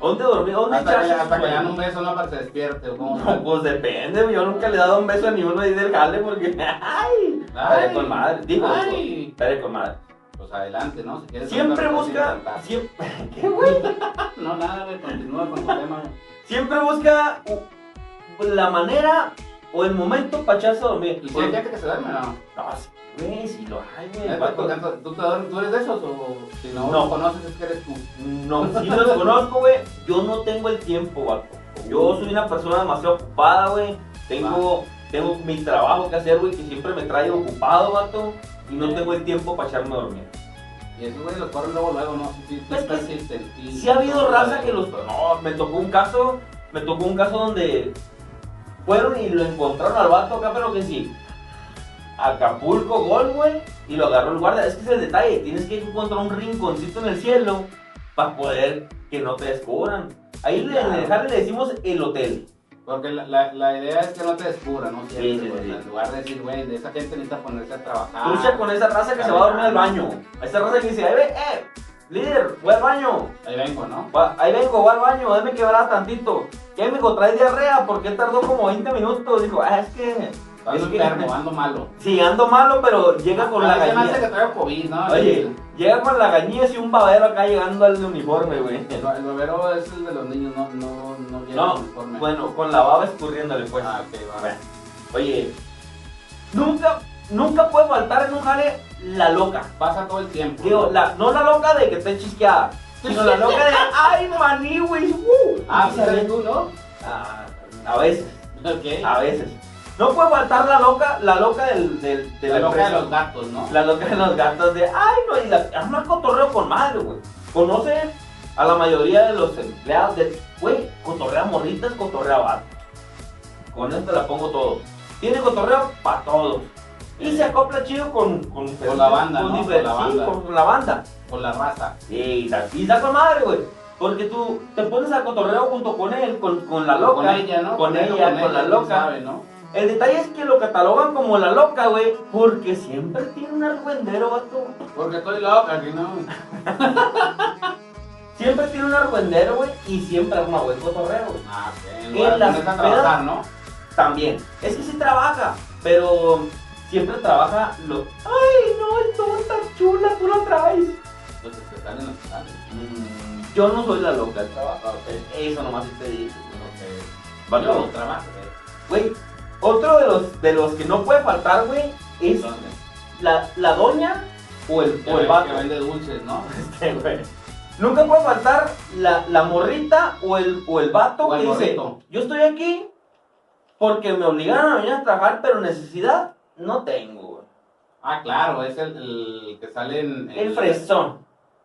[SPEAKER 2] ¿Dónde dormir? ¿Dónde
[SPEAKER 3] Hasta que,
[SPEAKER 2] echarse
[SPEAKER 3] le- hasta
[SPEAKER 2] su
[SPEAKER 3] que le dan
[SPEAKER 2] sueño?
[SPEAKER 3] un beso, no, para que se despierte. o cómo
[SPEAKER 2] No, pues depende, yo nunca le he dado un beso a ni uno ahí del jale porque. ¡Ay! Estaré con madre, digo.
[SPEAKER 3] Ay.
[SPEAKER 2] Estaré con madre.
[SPEAKER 3] Pues adelante, ¿no? Si quieres
[SPEAKER 2] Siempre
[SPEAKER 3] cantar,
[SPEAKER 2] busca.
[SPEAKER 3] puedes
[SPEAKER 2] Siempre, ¿Qué, güey?
[SPEAKER 3] cantar. No, nada, güey, continúa con tu tema.
[SPEAKER 2] Siempre busca u- la manera o el momento para echarse a dormir.
[SPEAKER 3] ¿Y si hay gente que se duerme, no?
[SPEAKER 2] No, sí, güey, si lo hay, güey.
[SPEAKER 3] Neta, por
[SPEAKER 2] vato.
[SPEAKER 3] tanto, ¿Tú, te duermes- ¿Tú eres de esos o si no,
[SPEAKER 2] No.
[SPEAKER 3] lo conoces es que eres tú?
[SPEAKER 2] No, si los conozco, güey. Yo no tengo el tiempo, vato. Yo soy una persona demasiado ocupada, güey. Tengo, tengo mi trabajo que hacer, güey, que siempre me trae ocupado, vato. Y no tengo el tiempo para echarme a dormir.
[SPEAKER 3] Y esos güeyes los corren luego, luego, ¿no? Sí, sí, sí,
[SPEAKER 2] Pues que
[SPEAKER 3] persisten, sí,
[SPEAKER 2] Sí ha habido
[SPEAKER 3] sí,
[SPEAKER 2] raza
[SPEAKER 3] sí.
[SPEAKER 2] que los... No, me tocó un caso, me tocó un caso donde fueron y lo encontraron al vato acá, pero que sí. Acapulco, gol, güey, y lo agarró el guardia. Es que ese es el detalle, tienes que encontrar un rinconcito en el cielo para poder que no te descubran. Ahí le, en el jale le decimos el hotel.
[SPEAKER 3] Porque la, la, la idea es que no te descubran, ¿no? Siempre,
[SPEAKER 2] Sí, sí,
[SPEAKER 3] güey.
[SPEAKER 2] sí.
[SPEAKER 3] En lugar de decir, güey, de esa gente necesita ponerse a trabajar.
[SPEAKER 2] Lucha con esa raza que se va a dormir al baño. A esa raza que dice, "Ahí ve, eh, líder, voy al baño.
[SPEAKER 3] Ahí vengo, ¿no?
[SPEAKER 2] Va- Ahí vengo, va al baño, déjame quebrar tantito. ¿Qué, mijo? ¿Traes diarrea? ¿Por qué tardó como 20 minutos? Dijo, ah, es que...
[SPEAKER 3] Ando
[SPEAKER 2] es que-
[SPEAKER 3] enfermo, ando malo.
[SPEAKER 2] Sí, ando malo, pero llega con la
[SPEAKER 3] A mí se me hace
[SPEAKER 2] gañía.
[SPEAKER 3] que traigo COVID, ¿no?
[SPEAKER 2] Oye, llega con la gañía y un babero acá llegando al uniforme, güey.
[SPEAKER 3] El, el barbero es el de los niños, no, no, no viene
[SPEAKER 2] No,
[SPEAKER 3] con uniforme.
[SPEAKER 2] bueno, con la baba escurriéndole, pues.
[SPEAKER 3] Ah, ok, va.
[SPEAKER 2] Bueno, Oye, nunca, nunca puede faltar en un jale la loca.
[SPEAKER 3] Pasa todo el tiempo.
[SPEAKER 2] Digo,
[SPEAKER 3] ¿no?
[SPEAKER 2] la, no la loca de que esté chisqueada, sino la loca de, ay, maní, güey. uh".
[SPEAKER 3] Ah, pues eres tú, ¿no? Ah,
[SPEAKER 2] Ah, a veces.
[SPEAKER 3] Ok.
[SPEAKER 2] A veces. No puede faltar la loca, la loca del, del, de
[SPEAKER 3] la
[SPEAKER 2] la
[SPEAKER 3] loca de
[SPEAKER 2] empresa.
[SPEAKER 3] los gatos, ¿no?
[SPEAKER 2] La loca de los gatos de, ay, no, y la, arma el cotorreo con madre, güey. Conoce a la mayoría de los empleados de, güey, cotorrea morritas, cotorrea vato. Con esto la pongo todo. Tiene cotorreo para todos. Y se acopla chido con... Con,
[SPEAKER 3] Eh. Con la banda,
[SPEAKER 2] con
[SPEAKER 3] ¿no?
[SPEAKER 2] difer-
[SPEAKER 3] Con la banda.
[SPEAKER 2] Sí, con, con la banda.
[SPEAKER 3] Con la raza.
[SPEAKER 2] Y, da- y da con madre, güey. Porque tú te pones al cotorreo junto con él, con, con la loca.
[SPEAKER 3] Con ella, ¿no?
[SPEAKER 2] Con,
[SPEAKER 3] él o
[SPEAKER 2] ella, con la
[SPEAKER 3] quién
[SPEAKER 2] loca.
[SPEAKER 3] sabe, ¿no?
[SPEAKER 2] El detalle es que lo catalogan como la loca, güey, porque siempre tiene un argüendero, vato.
[SPEAKER 3] Porque estoy loca, que no.
[SPEAKER 2] Siempre tiene un argüendero, güey, y siempre arma buen cotorreo, güey.
[SPEAKER 3] Ah, ok. En
[SPEAKER 2] En
[SPEAKER 3] lugar de
[SPEAKER 2] las
[SPEAKER 3] ponerse a
[SPEAKER 2] pedas-
[SPEAKER 3] trabajar, ¿no?
[SPEAKER 2] También. Es que sí trabaja, pero siempre trabaja lo... ¡Ay, no, el todo tan chula, tú la traes!
[SPEAKER 3] Los que están en los hospitales.
[SPEAKER 2] Mm, yo no soy la loca, E,
[SPEAKER 3] Trabaja, ok.
[SPEAKER 2] eso nomás te digo.
[SPEAKER 3] Ok. Yo
[SPEAKER 2] Vato,
[SPEAKER 3] no trabajo, eh.
[SPEAKER 2] güey, otro de los, de los que no puede faltar, güey, es
[SPEAKER 3] ¿Dónde?
[SPEAKER 2] la, la doña o el,
[SPEAKER 3] Que
[SPEAKER 2] o el
[SPEAKER 3] ven- Que
[SPEAKER 2] vato.
[SPEAKER 3] vende dulces, ¿no?
[SPEAKER 2] Este, güey. Nunca puede faltar la, la morrita o el, o el vato
[SPEAKER 3] O el
[SPEAKER 2] que
[SPEAKER 3] morrito.
[SPEAKER 2] dice, yo estoy aquí porque me obligaron a venir a trabajar, pero necesidad no tengo. güey".
[SPEAKER 3] Ah, claro, es el, el que sale en, en-
[SPEAKER 2] El fresón.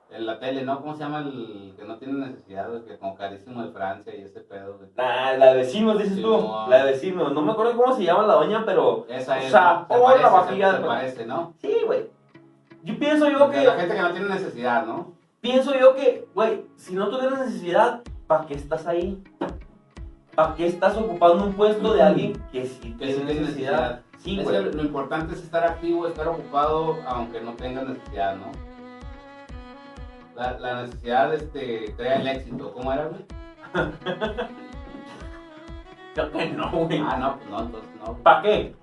[SPEAKER 3] en la tele, ¿no? ¿Cómo se llama el que no tiene necesidad? El que con carísimo de Francia y ese pedo. güey.
[SPEAKER 2] Ah, la de vecinos, dices
[SPEAKER 3] Sí,
[SPEAKER 2] tú.
[SPEAKER 3] no.
[SPEAKER 2] La de vecinos. No me acuerdo cómo se llama la doña, pero...
[SPEAKER 3] Esa es.
[SPEAKER 2] O sea,
[SPEAKER 3] ¿no? Se
[SPEAKER 2] o
[SPEAKER 3] parece,
[SPEAKER 2] la
[SPEAKER 3] se-
[SPEAKER 2] vajilla
[SPEAKER 3] se
[SPEAKER 2] de-
[SPEAKER 3] parece, ¿no?
[SPEAKER 2] Sí, güey. Yo pienso yo
[SPEAKER 3] De La
[SPEAKER 2] que...
[SPEAKER 3] gente que no tiene necesidad, ¿no?
[SPEAKER 2] Pienso yo que, güey, si no tuvieras necesidad, ¿para qué estás ahí? ¿Para qué estás ocupando un puesto de alguien que sí
[SPEAKER 3] Que
[SPEAKER 2] tiene
[SPEAKER 3] sí tiene
[SPEAKER 2] necesidad? Sí,
[SPEAKER 3] Es
[SPEAKER 2] güey.
[SPEAKER 3] que lo importante es estar activo, estar ocupado, aunque no tengas necesidad, ¿no? La, la necesidad este, crea el éxito. ¿Cómo era, güey?
[SPEAKER 2] Creo que no, güey.
[SPEAKER 3] Ah, no, pues no, entonces no.
[SPEAKER 2] ¿Para qué?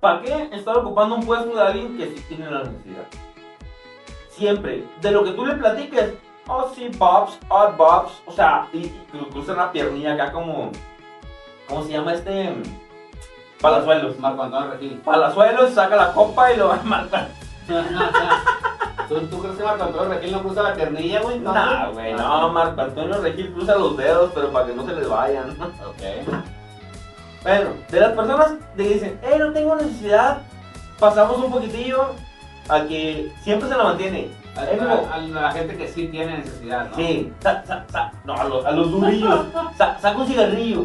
[SPEAKER 2] ¿Para qué estar ocupando un puesto de alguien que sí tiene la necesidad? Siempre, de lo que tú le platiques, oh sí, Bobs, oh Bobs, o sea, y cru- cruza una piernilla acá como, ¿cómo se llama este? Palazuelos.
[SPEAKER 3] Pues Marco Antonio Regil.
[SPEAKER 2] Palazuelos saca la copa y lo va a matar.
[SPEAKER 3] ¿Tú, tú crees que Marco Antonio Regil no cruza la piernilla, güey?
[SPEAKER 2] No,
[SPEAKER 3] No,
[SPEAKER 2] güey, no, Marco Antonio Regil cruza los dedos, pero para que no se les vayan.
[SPEAKER 3] Ok.
[SPEAKER 2] Bueno, de las personas que dicen, eh, no tengo necesidad, pasamos un poquitillo a que siempre se la mantiene.
[SPEAKER 3] A,
[SPEAKER 2] Es como-
[SPEAKER 3] a- a la gente que sí tiene necesidad, ¿no?
[SPEAKER 2] Sí, sa- sa- sa- no, a los, a los durillos. Sa- saca un cigarrillo,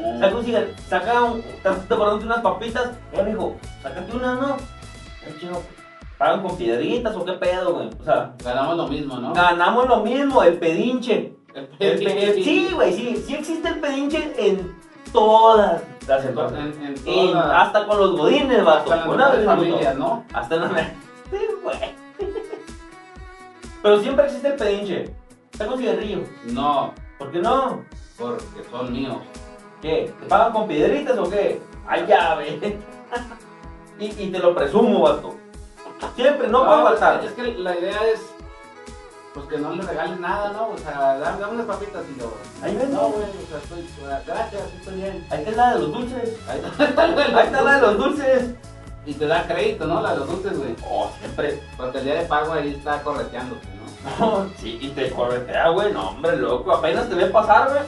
[SPEAKER 3] Mm.
[SPEAKER 2] saca un cigarrillo, saca un, estás preparándote unas papitas, eh, mijo, sácate unas, ¿no? Eh, chico, pagan con piedritas o qué pedo, güey. O sea,
[SPEAKER 3] Ganamos lo mismo, ¿no?
[SPEAKER 2] ganamos lo mismo, el pedinche. El pe- sí,
[SPEAKER 3] Sí,
[SPEAKER 2] güey, sí, sí existe el pedinche en todas las
[SPEAKER 3] en,
[SPEAKER 2] entonces.
[SPEAKER 3] en
[SPEAKER 2] En-
[SPEAKER 3] todas las-
[SPEAKER 2] hasta con los godines, vato.
[SPEAKER 3] hasta las
[SPEAKER 2] Una vez
[SPEAKER 3] mejores
[SPEAKER 2] me contó.
[SPEAKER 3] familias, ¿no?
[SPEAKER 2] Hasta en la... Sí, güey. Pero siempre existe el pedinche. Saca un cigarrillo.
[SPEAKER 3] No,
[SPEAKER 2] ¿Por qué no?
[SPEAKER 3] porque son míos.
[SPEAKER 2] ¿Qué? ¿Te pagan con piedritas o qué? Ay, ya, ve. y, y te lo presumo, vato. Siempre, no puede
[SPEAKER 3] pues,
[SPEAKER 2] faltar.
[SPEAKER 3] Es que la idea es pues que no le regales nada, ¿no? O sea, dame, dame unas papitas y yo.
[SPEAKER 2] Ahí ven,
[SPEAKER 3] No, güey, o sea, estoy. o sea, Gracias, estoy bien.
[SPEAKER 2] Ahí está la de los dulces.
[SPEAKER 3] Ahí está,
[SPEAKER 2] Ahí está la de los dulces.
[SPEAKER 3] Y te da crédito, ¿no? La de los dulces, güey.
[SPEAKER 2] Oh, siempre.
[SPEAKER 3] Porque el día de pago ahí está correteándote, ¿no?
[SPEAKER 2] No, sí, y te corretea, güey. No, hombre, loco. Apenas te ve pasar, güey.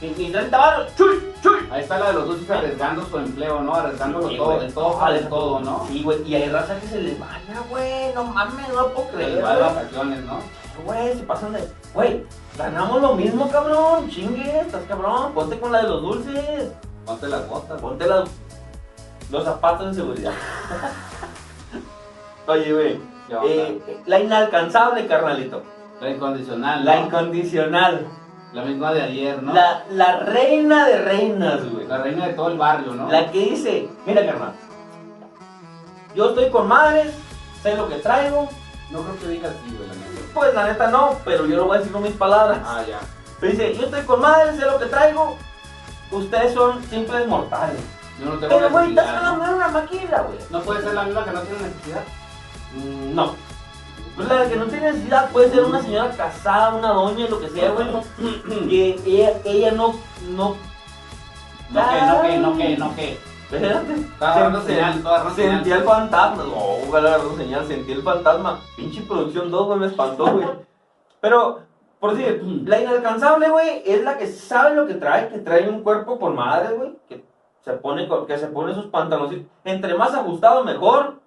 [SPEAKER 2] Y, y 30 baros. ¡Chuy! ¡Chuy!
[SPEAKER 3] Ahí está la de los dulces arriesgando su empleo, ¿no? Arriesgándolo
[SPEAKER 2] Sí,
[SPEAKER 3] todo,
[SPEAKER 2] güey.
[SPEAKER 3] de todo,
[SPEAKER 2] Ah,
[SPEAKER 3] de todo, ¿no?
[SPEAKER 2] Sí, güey. Y hay raza que se les baña, güey. No mames, no lo puedo
[SPEAKER 3] Se
[SPEAKER 2] creer.
[SPEAKER 3] les va de
[SPEAKER 2] güey.
[SPEAKER 3] vacaciones, ¿no?
[SPEAKER 2] Güey, se pasan de. Güey, ganamos lo mismo, cabrón. Chingue, estás cabrón. Ponte con la de los dulces.
[SPEAKER 3] Ponte las botas, güey.
[SPEAKER 2] Ponte las- los zapatos de seguridad. Oye, güey.
[SPEAKER 3] ¿Qué onda?
[SPEAKER 2] eh, la inalcanzable, carnalito.
[SPEAKER 3] La incondicional,
[SPEAKER 2] La
[SPEAKER 3] ¿no?
[SPEAKER 2] incondicional.
[SPEAKER 3] La misma de ayer, ¿no?
[SPEAKER 2] La, la reina de reinas, güey.
[SPEAKER 3] La reina de todo el barrio, ¿no?
[SPEAKER 2] La que dice, mira, carnal. Yo estoy con madres, sé lo que traigo.
[SPEAKER 3] No creo que diga así, güey, la neta.
[SPEAKER 2] Pues la neta no, pero yo lo voy a decir con mis palabras.
[SPEAKER 3] Ah, ya.
[SPEAKER 2] Me dice, yo estoy con madre, sé lo que traigo. Ustedes son simples mortales.
[SPEAKER 3] Yo no tengo
[SPEAKER 2] Pero, güey, estás
[SPEAKER 3] necesidad,
[SPEAKER 2] hablando
[SPEAKER 3] ¿no?
[SPEAKER 2] de una maquila, güey.
[SPEAKER 3] No puede ser la misma que no tiene necesidad.
[SPEAKER 2] Mm, No. Pues la que no tiene necesidad puede ser una señora casada, una doña, lo que sea, güey. Que ella, ella no, no...
[SPEAKER 3] No que, no que, no que, no que.
[SPEAKER 2] Espérate.
[SPEAKER 3] Estaba dando
[SPEAKER 2] Sentí-
[SPEAKER 3] señal, estaba dando
[SPEAKER 2] Sentí
[SPEAKER 3] señal.
[SPEAKER 2] el fantasma. No, güey, la verdad, señal, sentí el fantasma. Pinche producción 2, güey, me espantó, güey. Pero, por decir, la inalcanzable, güey, es la que sabe lo que trae, que trae un cuerpo por madre, güey. Que se pone, con- que se pone sus pantalones. Entre más ajustado, mejor.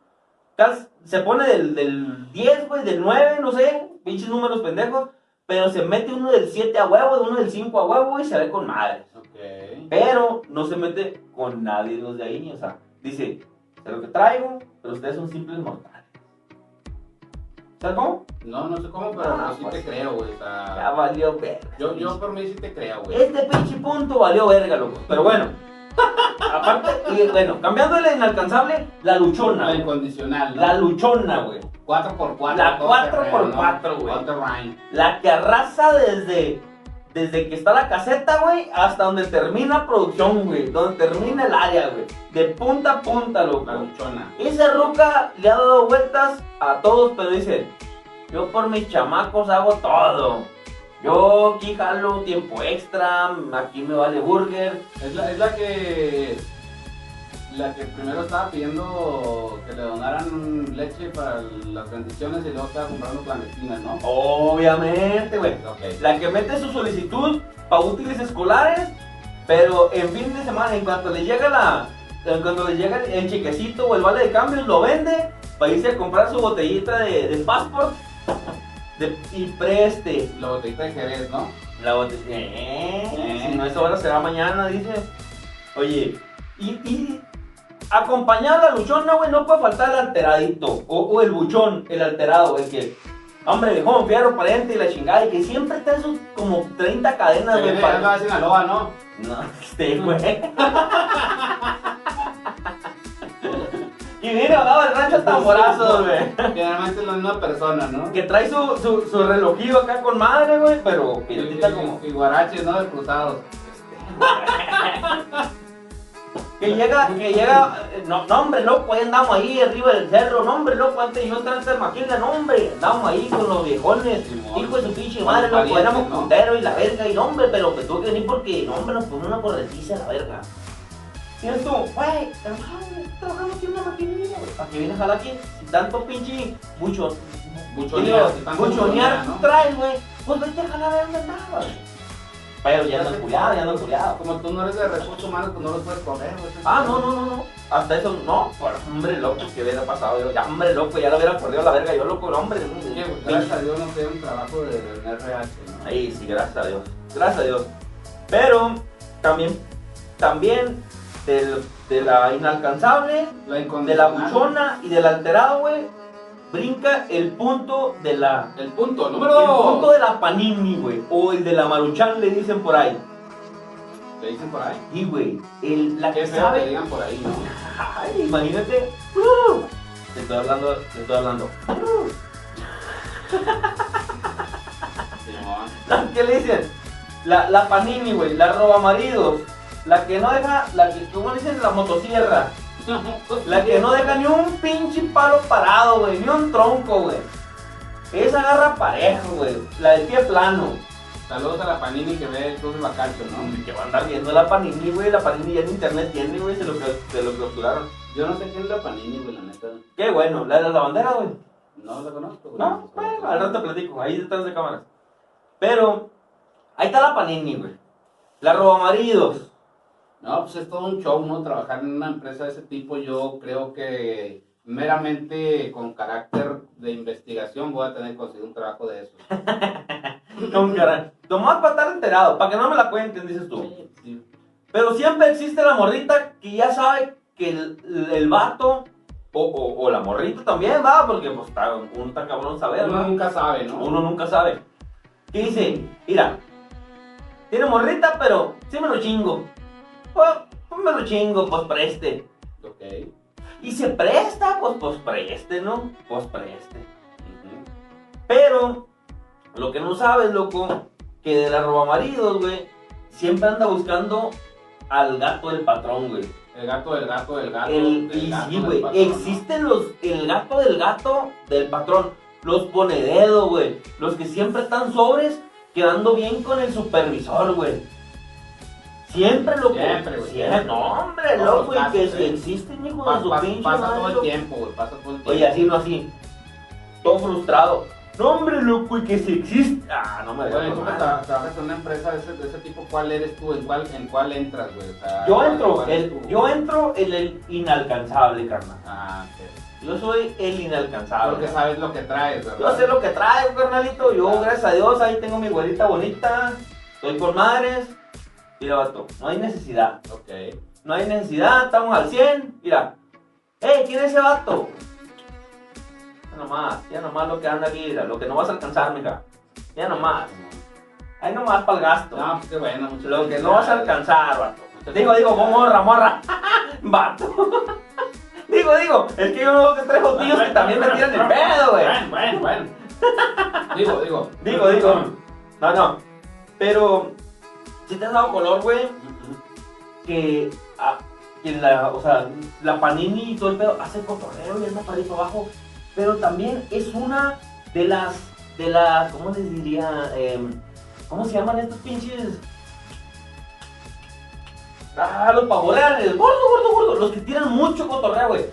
[SPEAKER 2] Cal- Se pone del, del 10, güey, del 9, no sé. Pinches números pendejos. Pero se mete uno del 7 a huevo, de uno del 5 a huevo, güey, y se ve con madre.
[SPEAKER 3] Ok.
[SPEAKER 2] Pero no se mete con nadie de los de ahí. O sea, dice, sé lo que traigo, pero ustedes son simples mortales. ¿Sabes cómo?
[SPEAKER 3] No, no sé cómo, pero
[SPEAKER 2] Ah,
[SPEAKER 3] yo sí
[SPEAKER 2] pues.
[SPEAKER 3] te creo, güey. o
[SPEAKER 2] Ya
[SPEAKER 3] sea,
[SPEAKER 2] valió verga.
[SPEAKER 3] Yo, yo por mí sí te creo, güey.
[SPEAKER 2] Este pinche punto valió verga, loco. Pero bueno. Aparte, y bueno, cambiando de la inalcanzable, la luchona.
[SPEAKER 3] La
[SPEAKER 2] güey.
[SPEAKER 3] incondicional, ¿no?
[SPEAKER 2] La luchona, güey.
[SPEAKER 3] 4x4.
[SPEAKER 2] La
[SPEAKER 3] todo
[SPEAKER 2] cuatro
[SPEAKER 3] terreno,
[SPEAKER 2] por
[SPEAKER 3] ¿no?
[SPEAKER 2] cuatro, güey.
[SPEAKER 3] All terrain.
[SPEAKER 2] La que arrasa desde, desde que está la caseta, güey, hasta donde termina producción, güey. Donde termina el área, güey. De punta a punta, loco.
[SPEAKER 3] La luchona.
[SPEAKER 2] Esa ruca le ha dado vueltas a todos, pero dice, yo por mis chamacos hago todo. Yo aquí jalo tiempo extra, aquí me vale burger.
[SPEAKER 3] Es la, es la que. La que primero estaba pidiendo que le donaran leche para las bendiciones y luego estaba comprando clandestinas, ¿no?
[SPEAKER 2] Obviamente, güey.
[SPEAKER 3] Ok.
[SPEAKER 2] La que mete su solicitud para útiles escolares, pero en fin de semana, en cuanto le llega la... En cuanto le llega el chequecito o el vale de cambios, lo vende para irse a comprar su botellita de, de passport de- y preste.
[SPEAKER 3] La botellita de Jerez, ¿no?
[SPEAKER 2] La botella. Eh, si no es ahora será mañana, dice. Oye, y, y acompañada a la luchona, güey, no puede faltar el alteradito. O, o el buchón, el alterado, el que. Hombre, viejo, fierro, pariente y la chingada. Y que siempre está esos como 30 cadenas,
[SPEAKER 3] Jerez
[SPEAKER 2] güey.
[SPEAKER 3] es
[SPEAKER 2] para-
[SPEAKER 3] la de Sinaloa, ¿no?
[SPEAKER 2] No, este, güey. y viene hablaba el rancho tamborazos, güey.
[SPEAKER 3] Generalmente es la misma persona, ¿no?
[SPEAKER 2] Que trae su, su, su relojillo acá con madre, güey, pero
[SPEAKER 3] Y-
[SPEAKER 2] piratita
[SPEAKER 3] y-
[SPEAKER 2] como.
[SPEAKER 3] Y guaraches, ¿no? De cruzados.
[SPEAKER 2] Que llega, que llega, eh, no, no hombre, loco, ahí andamos ahí arriba del cerro, no hombre, loco, antes yo estaba en esta maquila, no hombre, andamos ahí con los viejones,
[SPEAKER 3] Simón.
[SPEAKER 2] hijo de su pinche
[SPEAKER 3] Con
[SPEAKER 2] madre,
[SPEAKER 3] los
[SPEAKER 2] loco,
[SPEAKER 3] parientes,
[SPEAKER 2] éramos
[SPEAKER 3] ¿no?
[SPEAKER 2] punteros y la verga, y no hombre, pero que tuve que venir porque, no hombre, nos pusimos una corretiza a la verga. Y eres tú, güey, trabajamos, trabajamos aquí en una maquinilla, güey, ¿para qué vienes a jalar aquí? Si tanto pinche, mucho,
[SPEAKER 3] Buchonear, si tanto
[SPEAKER 2] mucho
[SPEAKER 3] buchonear, ¿no?
[SPEAKER 2] traes, güey, pues vete a jalar a donde estabas. Pero ya andan culiados, ya andan culiados.
[SPEAKER 3] Como tú no eres de recursos humanos, pues no los puedes correr, güey.
[SPEAKER 2] Ah, no, no, no, no. Hasta eso, no. Por hombre loco que hubiera pasado. Yo, ya, hombre loco, ya lo hubiera corrido a la verga. Yo loco, no, hombre.
[SPEAKER 3] Sí, güey, Gracias a Dios no tengo un trabajo de, de un RH. ¿no?
[SPEAKER 2] Ahí sí, gracias a Dios. Gracias a Dios. Pero también, también del- de la inalcanzable,
[SPEAKER 3] La
[SPEAKER 2] de la
[SPEAKER 3] incondicional.
[SPEAKER 2] buchona y del alterado, güey, brinca el punto de la.
[SPEAKER 3] El punto
[SPEAKER 2] El
[SPEAKER 3] número
[SPEAKER 2] punto
[SPEAKER 3] dos.
[SPEAKER 2] de la panini, güey. O el de la maruchan, le dicen por ahí.
[SPEAKER 3] Le dicen por ahí.
[SPEAKER 2] Y, güey, el- la
[SPEAKER 3] Qué
[SPEAKER 2] que
[SPEAKER 3] feo que
[SPEAKER 2] sabe.
[SPEAKER 3] digan por ahí, ¿no?
[SPEAKER 2] Ay, imagínate. Uh, te estoy hablando, te estoy hablando.
[SPEAKER 3] Simón.
[SPEAKER 2] ¿Qué le dicen? La, la panini, güey, la roba maridos. La que no deja, la que, ¿cómo le dicen? La motosierra. La que no deja ni un pinche palo parado, güey, ni un tronco, güey. Esa agarra parejo, güey. La del pie plano.
[SPEAKER 3] Saludos a la Panini que ve el Cruz de Bacacho, ¿no?
[SPEAKER 2] Que va a andar viendo la panini, güey. La panini ya en internet tiene, güey, se lo, se lo clausuraron.
[SPEAKER 3] Yo no sé quién es la Panini, güey, la neta.
[SPEAKER 2] Qué bueno, la de la bandera, güey.
[SPEAKER 3] No la conozco, güey.
[SPEAKER 2] No, bueno, al rato platico, ahí detrás de cámaras. Pero, ahí está la panini, güey. La roba maridos.
[SPEAKER 3] No, pues es todo un show, ¿no? Trabajar en una empresa de ese tipo, yo creo que meramente con carácter de investigación voy a tener que conseguir un trabajo de eso.
[SPEAKER 2] Con cara. Nomás para estar enterado, para que no me la cuenten, dices tú. Pero siempre existe la morrita que ya sabe que el, el vato, o, o- o la morrita también, va, porque pues, está- uno está cabrón saber,
[SPEAKER 3] Uno
[SPEAKER 2] ¿va?
[SPEAKER 3] nunca sabe, ¿no?
[SPEAKER 2] Uno nunca sabe. ¿Qué dice? Mira, tiene morrita, pero sí me lo chingo. Pues, pues me lo chingo, pues preste.
[SPEAKER 3] Ok.
[SPEAKER 2] Y se presta, pues, pues preste, ¿no? Pues preste.
[SPEAKER 3] Ujú.
[SPEAKER 2] Pero, lo que no sabes, loco, que de la roba maridos, güey, siempre anda buscando al gato del patrón, güey.
[SPEAKER 3] El gato del gato del gato.
[SPEAKER 2] El,
[SPEAKER 3] del
[SPEAKER 2] y
[SPEAKER 3] Ah, gato
[SPEAKER 2] sí,
[SPEAKER 3] del
[SPEAKER 2] güey,
[SPEAKER 3] patrón, ¿no?
[SPEAKER 2] existen los, el gato del gato del patrón, los pone dedo, güey, los que siempre están sobres, quedando bien con el supervisor, güey. Siempre, loco.
[SPEAKER 3] Siempre, güey,
[SPEAKER 2] Siempre,
[SPEAKER 3] siempre.
[SPEAKER 2] no, hombre,
[SPEAKER 3] Todos
[SPEAKER 2] loco, y
[SPEAKER 3] los
[SPEAKER 2] que
[SPEAKER 3] gatos,
[SPEAKER 2] si
[SPEAKER 3] eh.
[SPEAKER 2] existen, hijo
[SPEAKER 3] Pa-
[SPEAKER 2] de su
[SPEAKER 3] pa-
[SPEAKER 2] pinche
[SPEAKER 3] pasa
[SPEAKER 2] madre,
[SPEAKER 3] todo el
[SPEAKER 2] loco.
[SPEAKER 3] tiempo, güey. Pasa todo el tiempo.
[SPEAKER 2] Oye, así no así. Todo frustrado. No, hombre, loco, y que si existe. Ah, no me dejas
[SPEAKER 3] Bueno, tú que
[SPEAKER 2] tomar.
[SPEAKER 3] tra- trabajas en una empresa de ese, de ese tipo, ¿cuál eres tú? ¿En cuál, en cuál entras, güey? O sea,
[SPEAKER 2] Yo
[SPEAKER 3] ¿cuál-
[SPEAKER 2] entro,
[SPEAKER 3] cuál es
[SPEAKER 2] el,
[SPEAKER 3] tu-
[SPEAKER 2] yo entro en el inalcanzable, carnal.
[SPEAKER 3] Ah, ok.
[SPEAKER 2] Yo soy el
[SPEAKER 3] Porque
[SPEAKER 2] inalcanzable.
[SPEAKER 3] sabes lo que traes, ¿verdad?
[SPEAKER 2] Ah, Yo sé lo que traigo, carnalito. Yo,
[SPEAKER 3] Claro.
[SPEAKER 2] gracias a Dios, ahí tengo mi güerita bonita. Estoy con madres. Mira, vato, no hay necesidad.
[SPEAKER 3] Ok.
[SPEAKER 2] No hay necesidad, estamos al 100. Mira. ¡Ey, quién es ese vato! Ya nomás, ya nomás lo que anda aquí, mira, lo que no vas a alcanzar, mija. Ya nomás. Ahí nomás para el gasto.
[SPEAKER 3] No, pues qué bueno. muchas
[SPEAKER 2] lo que no vas a
[SPEAKER 3] felicidades.
[SPEAKER 2] alcanzar, vato. Digo, digo, morra, morra. vato. digo, digo, es que yo no veo que tres tíos que también me tiran el pedo, güey.
[SPEAKER 3] Bueno, bueno, bueno. digo, digo.
[SPEAKER 2] Digo, digo. No, no. Pero, si te has dado color, güey, que, ah, que la, o sea, la panini y todo el pedo hace cotorreo y anda para arriba y para abajo. Pero también es una de las, de las, ¿cómo les diría? Em, ¿Cómo se llaman estos pinches? Ah, los pavoreales, gordo, gordo, gordo, los que tiran mucho cotorreo, güey.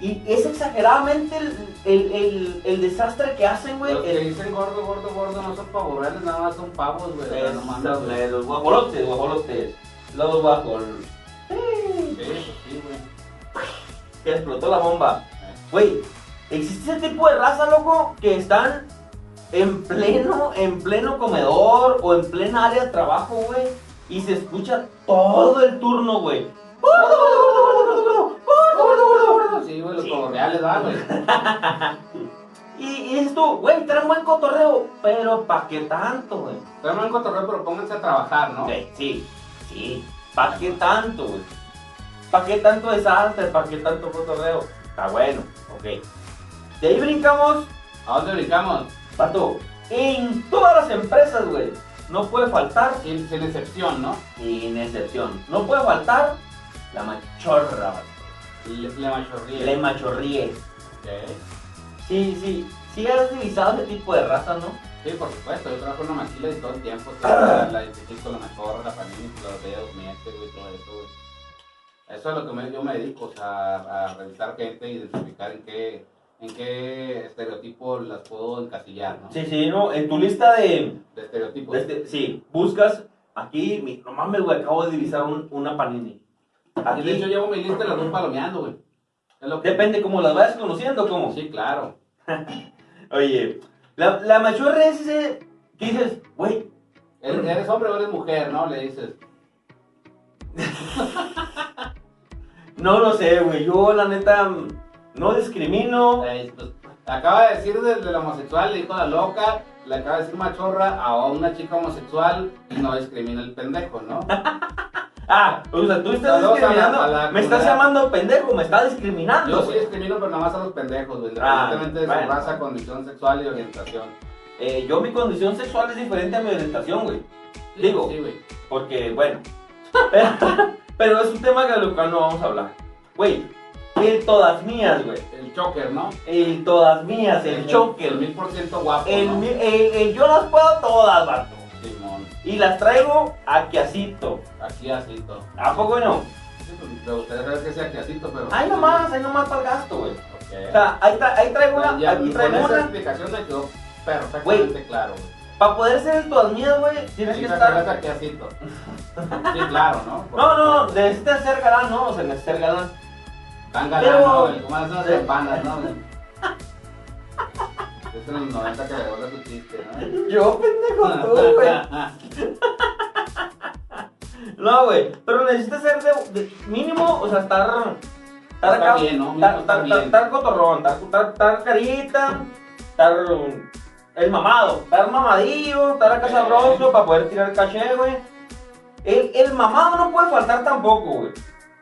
[SPEAKER 2] Y es exageradamente el, el- el- el desastre que hacen, güey.
[SPEAKER 3] Los que
[SPEAKER 2] el-
[SPEAKER 3] dicen gordo, gordo, gordo no son pavoreales, nada más son pavos, güey. o sea, no mames, güey.
[SPEAKER 2] Los guajolotes, guajolotes. Los guajol.
[SPEAKER 3] Sí, pues sí, güey.
[SPEAKER 2] Que explotó la bomba. Güey, existe ese tipo de raza, loco, que están en pleno, en pleno comedor o en plena área de trabajo, güey. Y se escucha todo el turno, güey. ¡Gordo, gordo, gordo, gordo, gordo, gordo, gordo, gordo, gordo!
[SPEAKER 3] Sí, güey, los
[SPEAKER 2] Sí.
[SPEAKER 3] pavoreales, va, güey.
[SPEAKER 2] Y, y dices tú, güey, traen buen cotorreo, pero ¿pa' qué tanto, güey?
[SPEAKER 3] Pero no en cotorreo, pero pónganse a trabajar, ¿no?
[SPEAKER 2] Ok, sí, sí. ¿Para qué tanto, güey? ¿Para qué tanto desastre? ¿Para qué tanto cotorreo? Está bueno, ok. De ahí brincamos,
[SPEAKER 3] ¿A dónde brincamos?
[SPEAKER 2] pato. En todas las empresas, güey, no puede faltar,
[SPEAKER 3] Sin, sin excepción, ¿no?
[SPEAKER 2] sin excepción, no puede faltar la machorra, vato.
[SPEAKER 3] Le, le machorría.
[SPEAKER 2] Le machorríe.
[SPEAKER 3] Ok.
[SPEAKER 2] Sí, sí, sí has utilizado ese tipo de raza, ¿no?
[SPEAKER 3] Sí, por supuesto, yo trabajo en una maquila y todo el tiempo la, la identifico, la mejor, la panini, la botella durmiente, güey, todo eso, güey. Eso es lo que me- yo me dedico, o sea, a, a revisar gente, identificar en qué, en qué estereotipo las puedo encasillar, ¿no?
[SPEAKER 2] Sí, sí, no, en tu lista de,
[SPEAKER 3] De estereotipos.
[SPEAKER 2] de este- sí, buscas Aquí, mi- no mames, güey, acabo de divisar un- una panini.
[SPEAKER 3] Aquí, de hecho,
[SPEAKER 2] Aquí,
[SPEAKER 3] llevo mi lista y las voy palomeando, güey. Es lo que-
[SPEAKER 2] depende cómo las vayas conociendo, cómo.
[SPEAKER 3] Sí, claro.
[SPEAKER 2] Oye, la, la machorra es ese que dices, güey,
[SPEAKER 3] ¿Eres, eres hombre o eres mujer, ¿no? Le dices.
[SPEAKER 2] no lo sé, güey, yo la neta no discrimino.
[SPEAKER 3] eh, pues, acaba de decir del, del homosexual, le dijo la loca, le acaba de decir machorra a una chica homosexual y no discrimina el pendejo, ¿no?
[SPEAKER 2] Ah, o sea, tú estás
[SPEAKER 3] Saludos a la-
[SPEAKER 2] discriminando.
[SPEAKER 3] a la
[SPEAKER 2] me estás
[SPEAKER 3] comunidad.
[SPEAKER 2] llamando pendejo, me estás
[SPEAKER 3] Yo
[SPEAKER 2] discriminando.
[SPEAKER 3] sí
[SPEAKER 2] güey.
[SPEAKER 3] discrimino, pero nada más a los pendejos, güey.
[SPEAKER 2] Ah,
[SPEAKER 3] Independientemente de su
[SPEAKER 2] bueno.
[SPEAKER 3] raza, condición sexual y orientación.
[SPEAKER 2] Eh, yo mi condición sexual es diferente a mi orientación, güey.
[SPEAKER 3] Sí,
[SPEAKER 2] Digo.
[SPEAKER 3] Sí, güey.
[SPEAKER 2] Porque, bueno. Pero, pero es un tema de lo cual no vamos a hablar. Güey, el todas mías, güey.
[SPEAKER 3] El choker, ¿no?
[SPEAKER 2] El todas mías, el
[SPEAKER 3] El
[SPEAKER 2] choker.
[SPEAKER 3] mil por ciento guapo,
[SPEAKER 2] El,
[SPEAKER 3] ¿no?
[SPEAKER 2] mi- el- el yo las puedo todas, vato.
[SPEAKER 3] Simón.
[SPEAKER 2] Y las traigo a quiacito.
[SPEAKER 3] Aquí así todo.
[SPEAKER 2] ¿A poco no?
[SPEAKER 3] Sí, pues, pero ustedes saben que sea quiacito, pero...
[SPEAKER 2] Ahí nomás, ahí nomás para el gasto, güey.
[SPEAKER 3] Ok.
[SPEAKER 2] O sea, ahí, tra- ahí traigo una,
[SPEAKER 3] Pues Ya,
[SPEAKER 2] aquí
[SPEAKER 3] con
[SPEAKER 2] traigo
[SPEAKER 3] esa
[SPEAKER 2] una.
[SPEAKER 3] explicación me quedó perfectamente claro, güey.
[SPEAKER 2] Para poder ser el todas mías, güey, tienes
[SPEAKER 3] Sí,
[SPEAKER 2] que
[SPEAKER 3] me
[SPEAKER 2] estar.
[SPEAKER 3] acuerdas a quiacito. Sí, claro, ¿no? Por
[SPEAKER 2] No, no, no,
[SPEAKER 3] supuesto.
[SPEAKER 2] necesitas ser galán, no, o sea, necesitas ser galán.
[SPEAKER 3] Tan
[SPEAKER 2] Pero-
[SPEAKER 3] galán, ¿no? Como esas campanas, ¿no? Es en los 90 que le borra su chiste, ¿no?
[SPEAKER 2] Yo, pendejo, tú, güey. No, güey, pero necesitas ser de, de- mínimo, o sea, estar. Estar
[SPEAKER 3] Está
[SPEAKER 2] acá.
[SPEAKER 3] bien, ¿no? Mínimo
[SPEAKER 2] Estar,
[SPEAKER 3] está
[SPEAKER 2] estar,
[SPEAKER 3] bien.
[SPEAKER 2] estar, estar cotorrón, estar, estar, estar carita, estar. um, El mamado, estar mamadillo, estar acá
[SPEAKER 3] Ok.
[SPEAKER 2] sabroso para poder tirar caché, güey. El, el mamado no puede faltar tampoco, güey.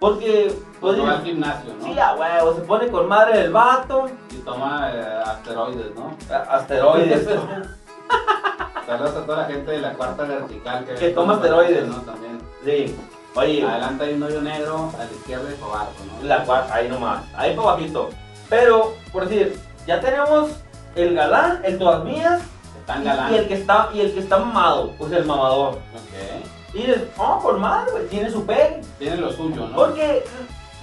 [SPEAKER 2] Porque. pues,
[SPEAKER 3] Pues va al gimnasio, ¿no?
[SPEAKER 2] sí, a huevo, se pone con madre del vato.
[SPEAKER 3] Y toma eh, asteroides, ¿no?
[SPEAKER 2] a- Asteroides.
[SPEAKER 3] Saludos a toda la gente de la cuarta vertical que,
[SPEAKER 2] Que toma asteroides.
[SPEAKER 3] ¿no? También.
[SPEAKER 2] sí. Oye.
[SPEAKER 3] Adelante hay un hoyo negro, a la izquierda hay Fobarco, ¿no?
[SPEAKER 2] La cual, ahí nomás, ahí para bajito. Pero, por decir, ya tenemos el galán, el todas mías,
[SPEAKER 3] Están
[SPEAKER 2] y
[SPEAKER 3] galán.
[SPEAKER 2] el que está, y el que está mamado, pues el mamador.
[SPEAKER 3] Ok.
[SPEAKER 2] Y dices, oh, por madre, güey, tiene su pegue.
[SPEAKER 3] Tienen lo suyo, ¿no?
[SPEAKER 2] Porque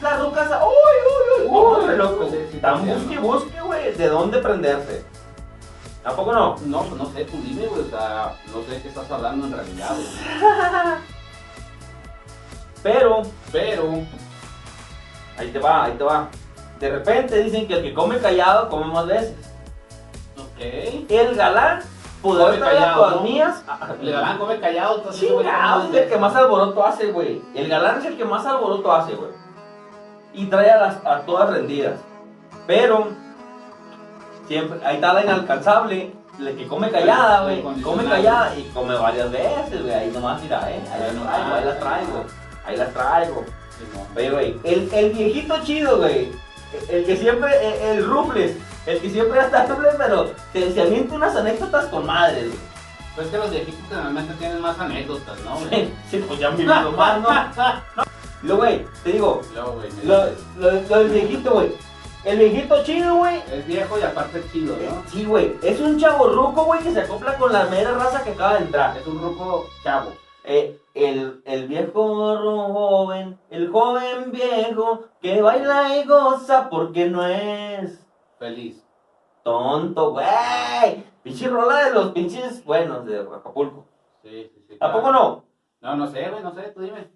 [SPEAKER 2] la ruca está, uy, uy, uy,
[SPEAKER 3] Uy,
[SPEAKER 2] uy, loco.
[SPEAKER 3] sí, sí,
[SPEAKER 2] Tan
[SPEAKER 3] sí,
[SPEAKER 2] busque,
[SPEAKER 3] sí.
[SPEAKER 2] busque, güey, de dónde prenderse. ¿Tampoco no?
[SPEAKER 3] No, pues no sé, tú dime, güey, o sea, no sé de qué estás hablando en realidad, güey.
[SPEAKER 2] Pero,
[SPEAKER 3] Pero,
[SPEAKER 2] ahí te va, ahí te va. De repente dicen que el que come callado come más veces.
[SPEAKER 3] ok.
[SPEAKER 2] El galán, poder
[SPEAKER 3] Come
[SPEAKER 2] traer a
[SPEAKER 3] callado,
[SPEAKER 2] todas
[SPEAKER 3] ¿no? Ah,
[SPEAKER 2] mías. Ah,
[SPEAKER 3] Le van a comer callado, entonces... güey,
[SPEAKER 2] Chingado, es
[SPEAKER 3] ¿cómo?
[SPEAKER 2] el que más alboroto hace, güey. El galán es el que más alboroto hace, güey. Y trae a, las, a todas rendidas. Pero, siempre, ahí está la inalcanzable, la que come callada, güey. Come callada y come varias veces, güey. Ahí nomás, mira, eh. Ahí las traigo, ahí las traigo. Ahí las traigo.
[SPEAKER 3] Sí, no.
[SPEAKER 2] Oye, güey, el, el viejito chido, güey. El que siempre, el, el rufles. El que siempre está rufles, pero se, se avienta unas anécdotas con madres, güey.
[SPEAKER 3] Pues es que los viejitos generalmente tienen más anécdotas, ¿no, güey?
[SPEAKER 2] Sí, pues ya han vivido más, ¿no? Lo, güey, te digo,
[SPEAKER 3] Luego, güey, me
[SPEAKER 2] lo,
[SPEAKER 3] dices,
[SPEAKER 2] lo, lo del viejito, güey. El viejito chido, güey.
[SPEAKER 3] Es viejo y aparte es chido, ¿no?
[SPEAKER 2] Sí, güey. Es un chaborruco, güey, que se acopla con la mera raza que acaba de entrar.
[SPEAKER 3] Es un grupo chavo.
[SPEAKER 2] Eh, el, el viejo ro- joven, el joven viejo, que baila y goza porque no es
[SPEAKER 3] Feliz.
[SPEAKER 2] tonto, güey. Pinche rola de los pinches buenos de Acapulco.
[SPEAKER 3] Sí, sí, sí.
[SPEAKER 2] ¿A
[SPEAKER 3] claro.
[SPEAKER 2] poco no?
[SPEAKER 3] No, no sé, güey, no sé, tú dime.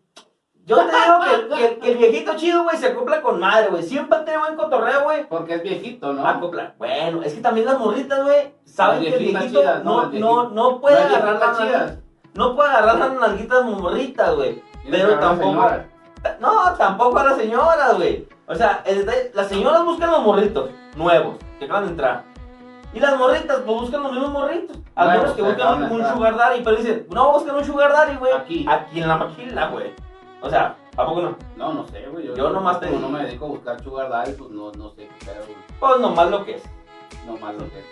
[SPEAKER 2] Yo te digo que, que- que el viejito chido, güey, se acopla con madre, güey. Siempre tiene buen cotorreo, güey.
[SPEAKER 3] Porque es viejito, ¿no?
[SPEAKER 2] Acopla. Bueno, es que también las morritas, güey, saben
[SPEAKER 3] Las
[SPEAKER 2] que el
[SPEAKER 3] viejitas
[SPEAKER 2] viejito
[SPEAKER 3] chidas, no,
[SPEAKER 2] no,
[SPEAKER 3] las
[SPEAKER 2] no,
[SPEAKER 3] viejitas.
[SPEAKER 2] no puede
[SPEAKER 3] No hay
[SPEAKER 2] agarrar
[SPEAKER 3] viejitas
[SPEAKER 2] las nalgas- No puede agarrar las nalguitas morritas, güey.
[SPEAKER 3] Tiene que
[SPEAKER 2] Pero
[SPEAKER 3] agarrar
[SPEAKER 2] tampoco.
[SPEAKER 3] señora.
[SPEAKER 2] ta- No, tampoco a las señoras, güey. O sea, el de- las señoras buscan los morritos nuevos que acaban de entrar. Y las morritas, pues buscan los mismos morritos. Al
[SPEAKER 3] Nuevos,
[SPEAKER 2] menos que
[SPEAKER 3] que acaban
[SPEAKER 2] buscan
[SPEAKER 3] de
[SPEAKER 2] un,
[SPEAKER 3] entrar.
[SPEAKER 2] sugar daddy, pero dicen, no, buscan un sugar daddy, güey.
[SPEAKER 3] Aquí.
[SPEAKER 2] Aquí en la maquila, güey. O sea, ¿a poco no?
[SPEAKER 3] No, no sé, güey.
[SPEAKER 2] Yo nomás te
[SPEAKER 3] como
[SPEAKER 2] digo.
[SPEAKER 3] no me dedico a buscar sugar daddy, pues no, no sé qué pedo, güey.
[SPEAKER 2] Pues nomás lo que es.
[SPEAKER 3] Nomás lo que es.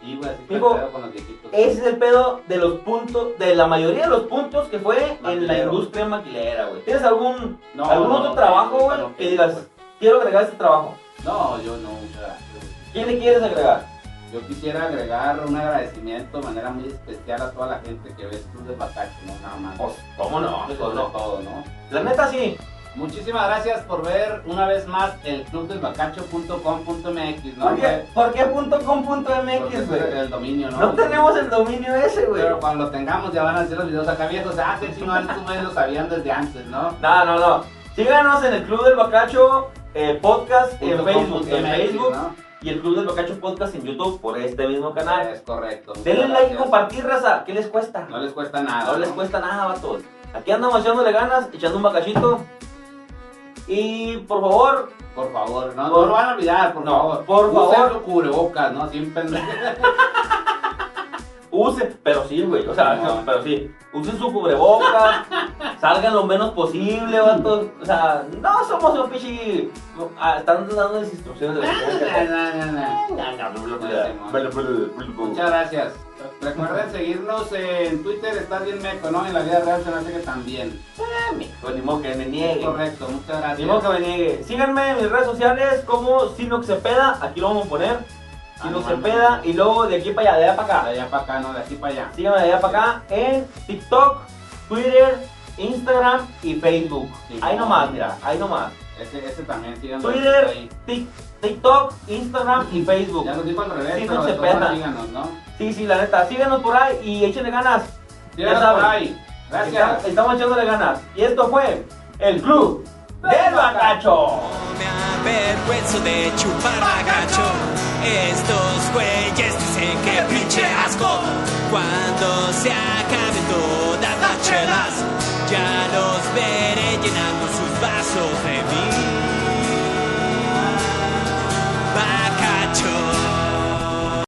[SPEAKER 3] Sí, güey, así que
[SPEAKER 2] Digo,
[SPEAKER 3] pedo con los viejitos.
[SPEAKER 2] Ese es el pedo de los puntos, de la mayoría de los puntos que fue en la
[SPEAKER 3] Maquilero.
[SPEAKER 2] industria maquilera, güey. ¿Tienes algún,
[SPEAKER 3] No,
[SPEAKER 2] algún
[SPEAKER 3] no,
[SPEAKER 2] otro
[SPEAKER 3] no,
[SPEAKER 2] trabajo,
[SPEAKER 3] no,
[SPEAKER 2] güey,
[SPEAKER 3] no,
[SPEAKER 2] que
[SPEAKER 3] no,
[SPEAKER 2] digas,
[SPEAKER 3] güey.
[SPEAKER 2] quiero agregar este trabajo?
[SPEAKER 3] No, yo no, muchas gracias, güey.
[SPEAKER 2] ¿Quién le quieres agregar?
[SPEAKER 3] Yo quisiera agregar un agradecimiento de manera muy especial a toda la
[SPEAKER 2] Oh,
[SPEAKER 3] gente que ve el Club de Patacho, ¿no? Nada más.
[SPEAKER 2] Pues, ¿cómo no?
[SPEAKER 3] Sobre
[SPEAKER 2] Pues, no.
[SPEAKER 3] todo, ¿no?
[SPEAKER 2] La neta sí.
[SPEAKER 3] Muchísimas gracias por ver una vez más el clubdelbacacho.com.mx, ¿no?
[SPEAKER 2] ¿Por qué, ¿Por qué punto com punto
[SPEAKER 3] Porque
[SPEAKER 2] MX,
[SPEAKER 3] es
[SPEAKER 2] güey?
[SPEAKER 3] el, el dominio, ¿no?
[SPEAKER 2] No tenemos el dominio ese, güey.
[SPEAKER 3] Pero cuando lo tengamos ya van a hacer los videos acá viejos. Ah, que chino, estos güeyes lo sabían desde antes, ¿no?
[SPEAKER 2] No, no, no. Síganos en el Club del Bacacho eh, Podcast en
[SPEAKER 3] Punto com
[SPEAKER 2] Facebook,
[SPEAKER 3] punto
[SPEAKER 2] en
[SPEAKER 3] MX,
[SPEAKER 2] Facebook
[SPEAKER 3] ¿no?
[SPEAKER 2] y el Club del Bacacho Podcast en YouTube por este mismo canal.
[SPEAKER 3] Es correcto. muchas
[SPEAKER 2] Denle like y
[SPEAKER 3] gracias.
[SPEAKER 2] compartir, raza. ¿Qué les cuesta?
[SPEAKER 3] No les cuesta nada.
[SPEAKER 2] No les
[SPEAKER 3] ¿no?
[SPEAKER 2] cuesta nada, vatos. Aquí andamos echándole ganas, echando un bacachito. Y por favor,
[SPEAKER 3] Por favor, no,
[SPEAKER 2] Por-
[SPEAKER 3] no lo van a olvidar, por
[SPEAKER 2] No,
[SPEAKER 3] favor.
[SPEAKER 2] por favor.
[SPEAKER 3] Usen cubrebocas, ¿no? Siempre.
[SPEAKER 2] usen, pero sí, güey, o sea,
[SPEAKER 3] No.
[SPEAKER 2] pero sí, usen su cubrebocas, salgan lo menos posible, vatos. O sea, no somos un pichi. ah, están dando las instrucciones de
[SPEAKER 3] Ah,
[SPEAKER 2] lo que tienen que hacer.
[SPEAKER 3] No, no, no. Muchas gracias. Recuerden seguirnos en Twitter, estás bien meco, ¿no? En la vida real se me hace que también.
[SPEAKER 2] Pues ni modo que me niegue.
[SPEAKER 3] Correcto, muchas
[SPEAKER 2] Ni modo que
[SPEAKER 3] gracias.
[SPEAKER 2] me niegue. Síganme en mis redes sociales como Sinox Cepeda. Aquí lo vamos a poner. Sinox
[SPEAKER 3] Ah, no,
[SPEAKER 2] Cepeda.
[SPEAKER 3] no.
[SPEAKER 2] Y luego de aquí para allá, de allá para
[SPEAKER 3] De
[SPEAKER 2] acá.
[SPEAKER 3] allá para acá, no, de aquí para allá.
[SPEAKER 2] Síganme de allá para acá en TikTok, Twitter, Instagram y Facebook.
[SPEAKER 3] Sí,
[SPEAKER 2] Ahí
[SPEAKER 3] no.
[SPEAKER 2] nomás, mira. Ahí nomás.
[SPEAKER 3] Ese, ese también, síganos.
[SPEAKER 2] Twitter,
[SPEAKER 3] ahí.
[SPEAKER 2] Tik- TikTok, Instagram y
[SPEAKER 3] Ya
[SPEAKER 2] Facebook.
[SPEAKER 3] nos dijo al revés,
[SPEAKER 2] Sí,
[SPEAKER 3] pero
[SPEAKER 2] no
[SPEAKER 3] de
[SPEAKER 2] se
[SPEAKER 3] todos modos
[SPEAKER 2] peta.
[SPEAKER 3] síganos, ¿no?
[SPEAKER 2] Sí, sí, la neta. Síganos por ahí y échenle ganas.
[SPEAKER 3] Síganos
[SPEAKER 2] saben.
[SPEAKER 3] por ahí. Gracias.
[SPEAKER 2] Está- Estamos echándole ganas. Y esto fue el Club del Bacacho.
[SPEAKER 1] No me avergüenzo de chupar bacacho. Estos güeyes dicen que pinche asco. Cuando se acaben todas las chelas, ya los veré llenando sus vasos de mí.